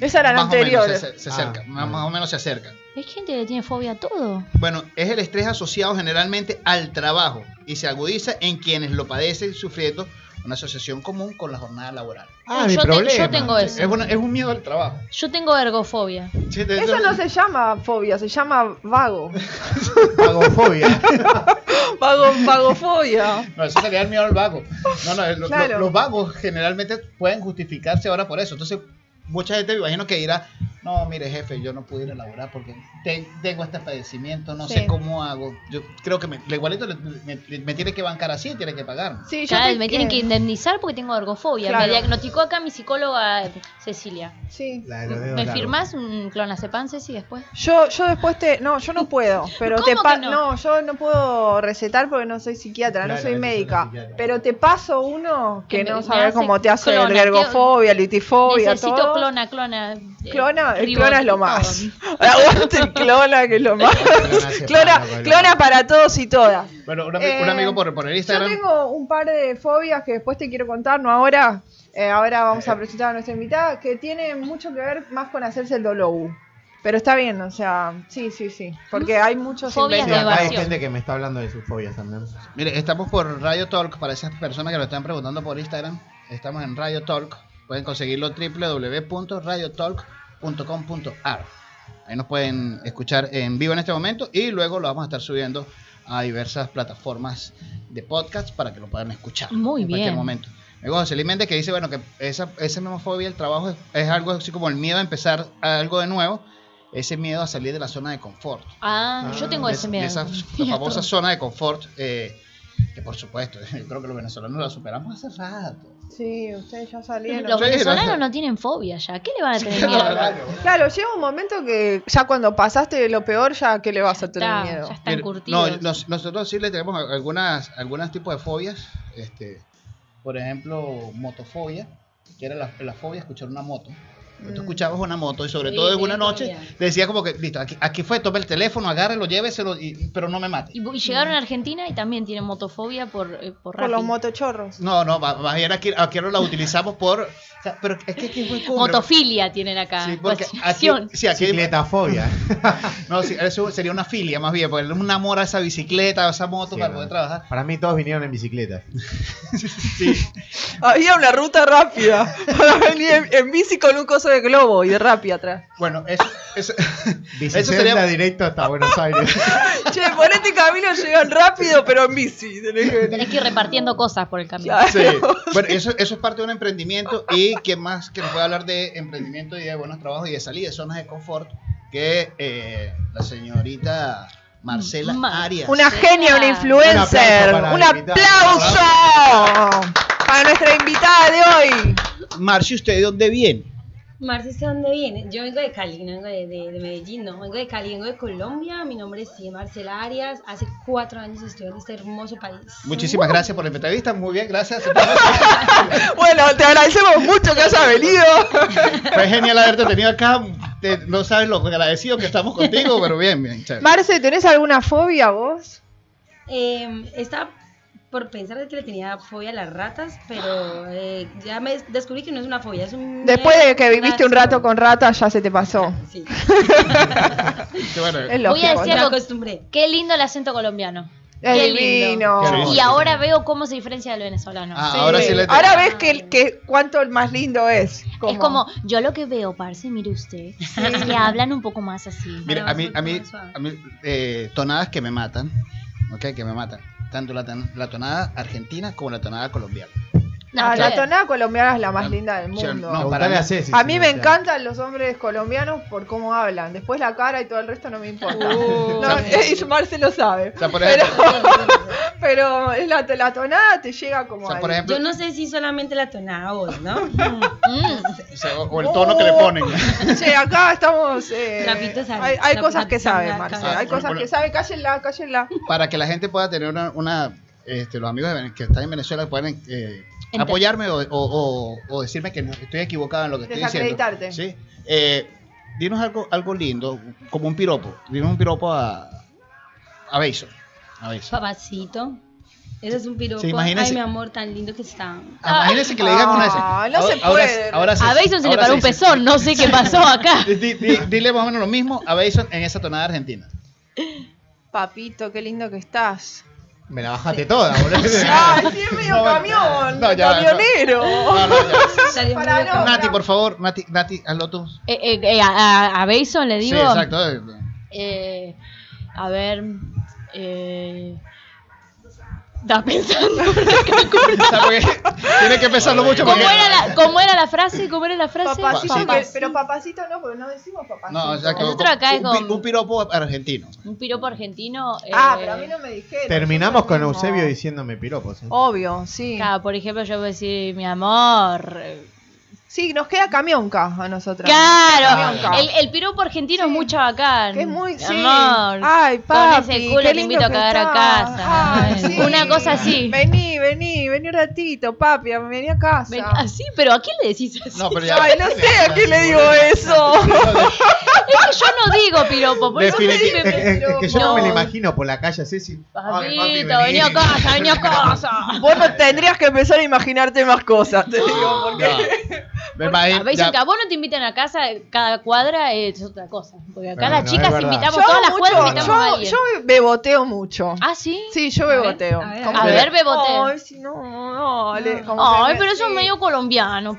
[SPEAKER 5] Esa era
[SPEAKER 3] Más
[SPEAKER 5] la
[SPEAKER 3] o menos
[SPEAKER 5] anterior.
[SPEAKER 3] se, se- se
[SPEAKER 7] Ah,
[SPEAKER 3] acerca. más,
[SPEAKER 7] bueno.
[SPEAKER 3] más o menos se acerca.
[SPEAKER 6] Hay gente que le tiene fobia a todo.
[SPEAKER 3] Bueno, es el estrés asociado generalmente al trabajo y se agudiza en quienes lo padecen sufriendo una asociación común con la jornada laboral.
[SPEAKER 6] Yo
[SPEAKER 7] Ah,
[SPEAKER 6] te-
[SPEAKER 7] mi
[SPEAKER 6] yo
[SPEAKER 7] problema.
[SPEAKER 6] tengo eso.
[SPEAKER 3] Es, una- es un miedo al trabajo.
[SPEAKER 6] Yo tengo ergofobia.
[SPEAKER 5] Eso no se llama fobia, se llama vago.
[SPEAKER 7] Agofobia.
[SPEAKER 5] Vago, vagofobia.
[SPEAKER 3] No, eso sería el miedo al vago. No, no, lo-
[SPEAKER 5] Claro.
[SPEAKER 3] lo- los vagos generalmente pueden justificarse ahora por eso. Entonces, mucha gente me imagino que irá, No, mire, jefe, yo no pude ir a laborar porque te- tengo este padecimiento, no
[SPEAKER 5] Sí.
[SPEAKER 3] sé cómo hago. Yo creo que me, la igualito le- me, me- me tiene que bancar así, tiene que pagarme.
[SPEAKER 5] Sí, yo
[SPEAKER 6] Claro,
[SPEAKER 5] te-
[SPEAKER 6] me tienen que
[SPEAKER 5] eh,
[SPEAKER 6] indemnizar porque tengo ergofobia. Me
[SPEAKER 5] Claro.
[SPEAKER 6] diagnosticó acá mi psicóloga eh, Cecilia.
[SPEAKER 5] Sí.
[SPEAKER 7] La de los dedos
[SPEAKER 6] ¿Me
[SPEAKER 7] largos.
[SPEAKER 6] firmás un clonazepam, Ceci, después?
[SPEAKER 5] Yo, yo después te. No, yo no puedo. Pero
[SPEAKER 6] ¿Cómo
[SPEAKER 5] te pa-
[SPEAKER 6] que no?
[SPEAKER 5] no? yo no puedo recetar porque no soy psiquiatra, no
[SPEAKER 7] Claro,
[SPEAKER 5] soy
[SPEAKER 7] eso es
[SPEAKER 5] médica.
[SPEAKER 7] psiquiatra.
[SPEAKER 5] Pero te paso uno que
[SPEAKER 6] Que
[SPEAKER 5] no
[SPEAKER 6] me- me
[SPEAKER 5] sabes
[SPEAKER 6] hace
[SPEAKER 5] cómo te hace
[SPEAKER 6] clona,
[SPEAKER 5] el
[SPEAKER 6] que-
[SPEAKER 5] ergofobia, litifobia,
[SPEAKER 6] Necesito
[SPEAKER 5] todo.
[SPEAKER 6] clona, clona. eh,
[SPEAKER 5] Clona, el
[SPEAKER 6] Rivotril,
[SPEAKER 5] clona es lo
[SPEAKER 6] todo.
[SPEAKER 5] más. Aguante el clona, que es lo más.
[SPEAKER 3] Clona,
[SPEAKER 5] Clona, clona para todos y todas.
[SPEAKER 3] Bueno, un, ami-
[SPEAKER 5] Eh,
[SPEAKER 3] un amigo por, por el Instagram.
[SPEAKER 5] Yo tengo un par de fobias que después te quiero contar, no ahora. Eh, ahora vamos a presentar a nuestra invitada, que tiene mucho que ver más con hacerse el dolou. Pero está bien, o sea, sí, sí, sí. Porque hay muchos
[SPEAKER 6] Fobias de
[SPEAKER 7] Sí,
[SPEAKER 5] inventos.
[SPEAKER 7] acá hay
[SPEAKER 6] evasión.
[SPEAKER 7] gente que me está hablando de sus fobias también.
[SPEAKER 3] Mire, estamos por Radio Talk, para esas personas que lo están preguntando por Instagram, estamos en Radio Talk. Pueden conseguirlo www.radiotalk.com.ar. Ahí nos pueden escuchar en vivo en este momento y luego lo vamos a estar subiendo a diversas plataformas de podcast para que lo puedan escuchar
[SPEAKER 6] Muy
[SPEAKER 3] en cualquier
[SPEAKER 6] bien.
[SPEAKER 3] momento. Luego José Luis Méndez que dice, bueno, que esa, esa misma fobia del trabajo es, es algo así como el miedo a empezar algo de nuevo, ese miedo a salir de la zona de confort
[SPEAKER 6] Ah, yo tengo
[SPEAKER 3] de-
[SPEAKER 6] ese
[SPEAKER 3] de
[SPEAKER 6] miedo.
[SPEAKER 3] Esa
[SPEAKER 6] Mira
[SPEAKER 3] famosa
[SPEAKER 6] todo.
[SPEAKER 3] zona de confort, eh, que por supuesto, yo creo que los venezolanos la superamos hace rato.
[SPEAKER 5] Sí, ustedes ya salieron.
[SPEAKER 6] Los
[SPEAKER 3] Sí,
[SPEAKER 6] venezolanos
[SPEAKER 3] claro.
[SPEAKER 6] no tienen fobia ya. ¿Qué le van a tener miedo?
[SPEAKER 3] Claro.
[SPEAKER 5] Claro, llega un momento que ya cuando pasaste lo peor, ya que le vas a tener
[SPEAKER 6] Está,
[SPEAKER 5] miedo.
[SPEAKER 6] ya están
[SPEAKER 3] Mira,
[SPEAKER 6] curtidos.
[SPEAKER 3] no, nos- nosotros sí le tenemos a- algunas, algunos tipos de fobias, este, por ejemplo, motofobia, que era la, la fobia de escuchar una moto. Tú
[SPEAKER 5] Mm.
[SPEAKER 3] escuchabas una moto y sobre
[SPEAKER 6] Sí,
[SPEAKER 3] todo en
[SPEAKER 6] tenés
[SPEAKER 3] una noche
[SPEAKER 6] fobia.
[SPEAKER 3] decía como que, listo, aquí, aquí fue, tome el teléfono, agárrelo, lléveselo, y- pero no me mate.
[SPEAKER 6] Y, bu- y llegaron a Argentina y también tienen motofobia por, eh, por,
[SPEAKER 5] Por los
[SPEAKER 6] rafting.
[SPEAKER 5] motochorros.
[SPEAKER 3] No, no, más más bien aquí, aquí ahora la utilizamos por... o sea, pero es que aquí es muy común.
[SPEAKER 6] Motofilia tienen acá. Pues,
[SPEAKER 3] Sí, porque aquí,
[SPEAKER 6] fascinación.
[SPEAKER 3] sí, aquí
[SPEAKER 7] Bicicletafobia.
[SPEAKER 3] No, sí, eso sería una filia más bien, porque un amor a esa bicicleta, a esa moto
[SPEAKER 7] Sí,
[SPEAKER 3] para
[SPEAKER 7] no.
[SPEAKER 3] poder trabajar.
[SPEAKER 7] Para mí todos vinieron en bicicleta.
[SPEAKER 5] Había una ruta rápida. Ahora venía en, en bici con un coso de globo y de rápida atrás.
[SPEAKER 3] Bueno, eso, eso,
[SPEAKER 7] Bicicleta
[SPEAKER 3] eso sería.
[SPEAKER 7] directo hasta Buenos Aires.
[SPEAKER 5] Che, por este camino llegan rápido, pero en bici. tenés que venir.
[SPEAKER 6] Tenés que ir repartiendo cosas por el camino.
[SPEAKER 5] Claro.
[SPEAKER 3] Sí. Bueno, eso, eso es parte de un emprendimiento. Y que más que nos puede hablar de emprendimiento y de buenos trabajos y de salir de zonas de confort que eh, la señorita Marcela
[SPEAKER 6] Ma-
[SPEAKER 3] Arias.
[SPEAKER 5] Una genia, una influencer. Un
[SPEAKER 7] Un
[SPEAKER 5] aplauso,
[SPEAKER 7] aplauso
[SPEAKER 5] para nuestra invitada de hoy.
[SPEAKER 3] Marcia, ¿usted de dónde viene?
[SPEAKER 8] Marcia, ¿de dónde viene? Yo vengo de Cali, no vengo de, de- de Medellín, no, vengo de Cali, vengo de Colombia. Mi nombre es sí, Marcela Arias. Hace cuatro años estoy en este hermoso país.
[SPEAKER 3] Muchísimas gracias por la entrevista. Muy bien, gracias.
[SPEAKER 5] Bueno, te agradecemos mucho que hayas venido.
[SPEAKER 3] Fue genial haberte tenido acá. Te- no sabes lo agradecido que estamos contigo, pero bien, bien. chévere.
[SPEAKER 5] Marce, ¿tenés alguna fobia vos?
[SPEAKER 8] Eh, estaba por pensar que le tenía fobia a las ratas, pero eh, ya me descubrí que no es una fobia, es un.
[SPEAKER 5] Después de que viviste un rato
[SPEAKER 8] con...
[SPEAKER 5] con ratas, ya se te pasó.
[SPEAKER 8] Sí,
[SPEAKER 3] Qué bueno.
[SPEAKER 5] Es
[SPEAKER 6] Voy a
[SPEAKER 5] lógico.
[SPEAKER 6] decir
[SPEAKER 8] me
[SPEAKER 6] algo-
[SPEAKER 8] acostumbré.
[SPEAKER 6] Qué lindo el acento colombiano.
[SPEAKER 5] Es
[SPEAKER 6] Qué
[SPEAKER 5] divino.
[SPEAKER 3] Qué hermoso.
[SPEAKER 6] Y ahora veo cómo se diferencia del venezolano.
[SPEAKER 3] Ah, ahora sí le
[SPEAKER 5] Ahora ves que, que cuánto más lindo es.
[SPEAKER 6] Es como, yo lo que veo, parce, mire usted, es que hablan un poco más así.
[SPEAKER 3] Mira, a mí, a mí,
[SPEAKER 8] Más suave.
[SPEAKER 3] a mí eh, tonadas que me matan, ok, que me matan. Tanto la, ton- la tonada argentina como la tonada colombiana.
[SPEAKER 6] No,
[SPEAKER 5] Ah,
[SPEAKER 6] que
[SPEAKER 5] la
[SPEAKER 6] ver.
[SPEAKER 5] tonada colombiana es la más
[SPEAKER 3] Ah,
[SPEAKER 5] linda del
[SPEAKER 3] o sea,
[SPEAKER 5] mundo.
[SPEAKER 3] no, para
[SPEAKER 7] Preguntale a
[SPEAKER 3] mí-
[SPEAKER 7] Ceci.
[SPEAKER 5] a
[SPEAKER 7] si
[SPEAKER 5] mí
[SPEAKER 7] no
[SPEAKER 5] me
[SPEAKER 7] sabe.
[SPEAKER 5] encantan los hombres colombianos por cómo hablan. Después la cara y todo el resto no me importa. No, y Marce lo sabe.
[SPEAKER 3] O sea, por
[SPEAKER 5] Pero,
[SPEAKER 3] ejemplo,
[SPEAKER 5] pero es la, la tonada te llega como
[SPEAKER 3] o sea, por
[SPEAKER 5] al-
[SPEAKER 3] ejemplo,
[SPEAKER 8] Yo no sé si solamente la tonada vos, ¿no?
[SPEAKER 6] Mm,
[SPEAKER 3] o sea, o- o el tono que le ponen.
[SPEAKER 5] Che, acá estamos. eh,
[SPEAKER 8] Trapitos al-
[SPEAKER 5] hay hay
[SPEAKER 8] trapitos
[SPEAKER 5] cosas que
[SPEAKER 8] al-
[SPEAKER 5] sabe,
[SPEAKER 8] al-
[SPEAKER 5] Marce.
[SPEAKER 8] al-
[SPEAKER 3] Ah,
[SPEAKER 5] Hay cosas que sabe. Cállenla, cállenla.
[SPEAKER 3] Para que la gente pueda tener una, una, este, los amigos de Vene- que están en Venezuela puedan eh,
[SPEAKER 6] Ente-
[SPEAKER 3] apoyarme o, o- o- o decirme que no- estoy equivocada en lo que estoy diciendo.
[SPEAKER 5] Desacreditarte.
[SPEAKER 3] Sí. Eh, dinos algo, algo lindo, como un piropo. Dinos un piropo a, a Beiso. A Beiso.
[SPEAKER 8] Papacito. Ese es un piropo.
[SPEAKER 3] ¿Se imagina
[SPEAKER 8] Ay,
[SPEAKER 3] ese-
[SPEAKER 8] mi amor, tan lindo que está.
[SPEAKER 3] Ah, Imagínense que le digan una de esas.
[SPEAKER 5] Ah, no
[SPEAKER 3] Ahora-
[SPEAKER 5] se
[SPEAKER 3] ahora-
[SPEAKER 5] puede.
[SPEAKER 3] ahora sí,
[SPEAKER 6] A Bason se le
[SPEAKER 3] ahora sí,
[SPEAKER 6] paró un
[SPEAKER 3] sí.
[SPEAKER 6] pezón, no sé qué pasó acá.
[SPEAKER 3] Di- di- Dile más o menos lo mismo a Bason en esa tonada argentina.
[SPEAKER 5] Papito, qué lindo que estás.
[SPEAKER 7] Me la bajaste toda, boludo.
[SPEAKER 5] Ay, sí, es medio
[SPEAKER 3] No,
[SPEAKER 5] camión.
[SPEAKER 3] no, ya,
[SPEAKER 5] camionero.
[SPEAKER 3] No, no, ya.
[SPEAKER 8] Salió
[SPEAKER 5] Para
[SPEAKER 8] muy
[SPEAKER 5] no.
[SPEAKER 8] bacán.
[SPEAKER 3] Nati, por favor, Nati, Nati, hazlo tú.
[SPEAKER 6] Eh, eh, eh, a, a- a Bason le digo,
[SPEAKER 3] Sí, exacto. eh,
[SPEAKER 6] eh, a ver, eh, Está pensando.
[SPEAKER 3] Tiene que pensarlo mucho
[SPEAKER 6] ¿Cómo
[SPEAKER 3] porque...
[SPEAKER 6] era la, cómo era la frase? ¿Cómo era la frase?
[SPEAKER 5] Papacito, que-
[SPEAKER 6] Papacito.
[SPEAKER 5] pero papacito no, porque no decimos papacito.
[SPEAKER 3] No, o sea, como-
[SPEAKER 6] Nosotros acá
[SPEAKER 3] un,
[SPEAKER 6] es
[SPEAKER 3] pi-
[SPEAKER 6] con-
[SPEAKER 3] un piropo argentino.
[SPEAKER 6] Un piropo argentino.
[SPEAKER 5] Ah,
[SPEAKER 6] eh,
[SPEAKER 5] pero a mí no me dijeron.
[SPEAKER 7] Terminamos con
[SPEAKER 5] No.
[SPEAKER 7] Eusebio diciéndome piropos. ¿eh?
[SPEAKER 5] Obvio, sí.
[SPEAKER 6] acá, por ejemplo, yo voy a decir, mi amor.
[SPEAKER 5] Sí, nos queda camionca a nosotros.
[SPEAKER 6] Claro,
[SPEAKER 5] Camionca.
[SPEAKER 6] el, el piropo argentino
[SPEAKER 5] Sí.
[SPEAKER 6] es mucho bacán.
[SPEAKER 5] Que es muy, sí.
[SPEAKER 6] Amor,
[SPEAKER 5] Ay, papi,
[SPEAKER 6] con ese culo
[SPEAKER 5] qué
[SPEAKER 6] te
[SPEAKER 5] lindo
[SPEAKER 6] invito a
[SPEAKER 5] que
[SPEAKER 6] cagar a
[SPEAKER 5] estás.
[SPEAKER 6] casa.
[SPEAKER 5] Ay, sí.
[SPEAKER 6] Una cosa así.
[SPEAKER 5] Vení, vení, vení un ratito, papi, vení a casa.
[SPEAKER 6] Ven- así, pero ¿a quién le decís así?
[SPEAKER 3] No, pero ya-
[SPEAKER 5] Ay, no sé a quién le digo eso.
[SPEAKER 6] Es que yo no digo piropo, por eso
[SPEAKER 7] Defini-
[SPEAKER 6] sí me-
[SPEAKER 7] es, es- es que yo no.
[SPEAKER 6] No.
[SPEAKER 7] me lo imagino por la calle Ceci. Ay, papi,
[SPEAKER 6] Papito, vení a casa, vení a casa.
[SPEAKER 5] Vos no tendrías que empezar a imaginarte más cosas, te digo, porque
[SPEAKER 3] Me imagino-
[SPEAKER 6] Porque,
[SPEAKER 3] ya-
[SPEAKER 6] dicen que a vos no te invitan a casa, cada cuadra es otra cosa. Porque acá
[SPEAKER 7] Bueno,
[SPEAKER 6] las
[SPEAKER 7] no,
[SPEAKER 6] chicas
[SPEAKER 7] es verdad.
[SPEAKER 6] invitamos,
[SPEAKER 5] yo,
[SPEAKER 6] todas las
[SPEAKER 5] mucho-
[SPEAKER 6] cuadras invitamos a
[SPEAKER 5] yo-
[SPEAKER 6] alguien.
[SPEAKER 5] yo beboteo mucho.
[SPEAKER 6] Ah, sí.
[SPEAKER 5] Sí, yo
[SPEAKER 6] ver,
[SPEAKER 5] beboteo.
[SPEAKER 8] a ver.
[SPEAKER 5] Como
[SPEAKER 6] A
[SPEAKER 5] que-
[SPEAKER 6] ver, beboteo.
[SPEAKER 5] Ay, sí, no, no, Ale, como
[SPEAKER 6] Ay,
[SPEAKER 5] que-
[SPEAKER 6] pero eso es
[SPEAKER 5] sí.
[SPEAKER 6] medio colombiano,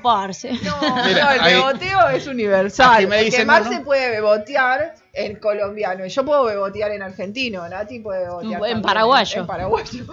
[SPEAKER 6] parce.
[SPEAKER 5] No,
[SPEAKER 3] Mira,
[SPEAKER 5] no, el
[SPEAKER 3] ahí-
[SPEAKER 5] beboteo es universal.
[SPEAKER 3] Aquí me
[SPEAKER 5] Porque
[SPEAKER 3] dicen,
[SPEAKER 5] Mar
[SPEAKER 3] no,
[SPEAKER 5] se
[SPEAKER 3] no.
[SPEAKER 5] puede bebotear en colombiano. y Yo puedo bebotear en argentino. Nati puede bebotear.
[SPEAKER 6] En
[SPEAKER 5] también
[SPEAKER 6] paraguayo.
[SPEAKER 5] En, en paraguayo.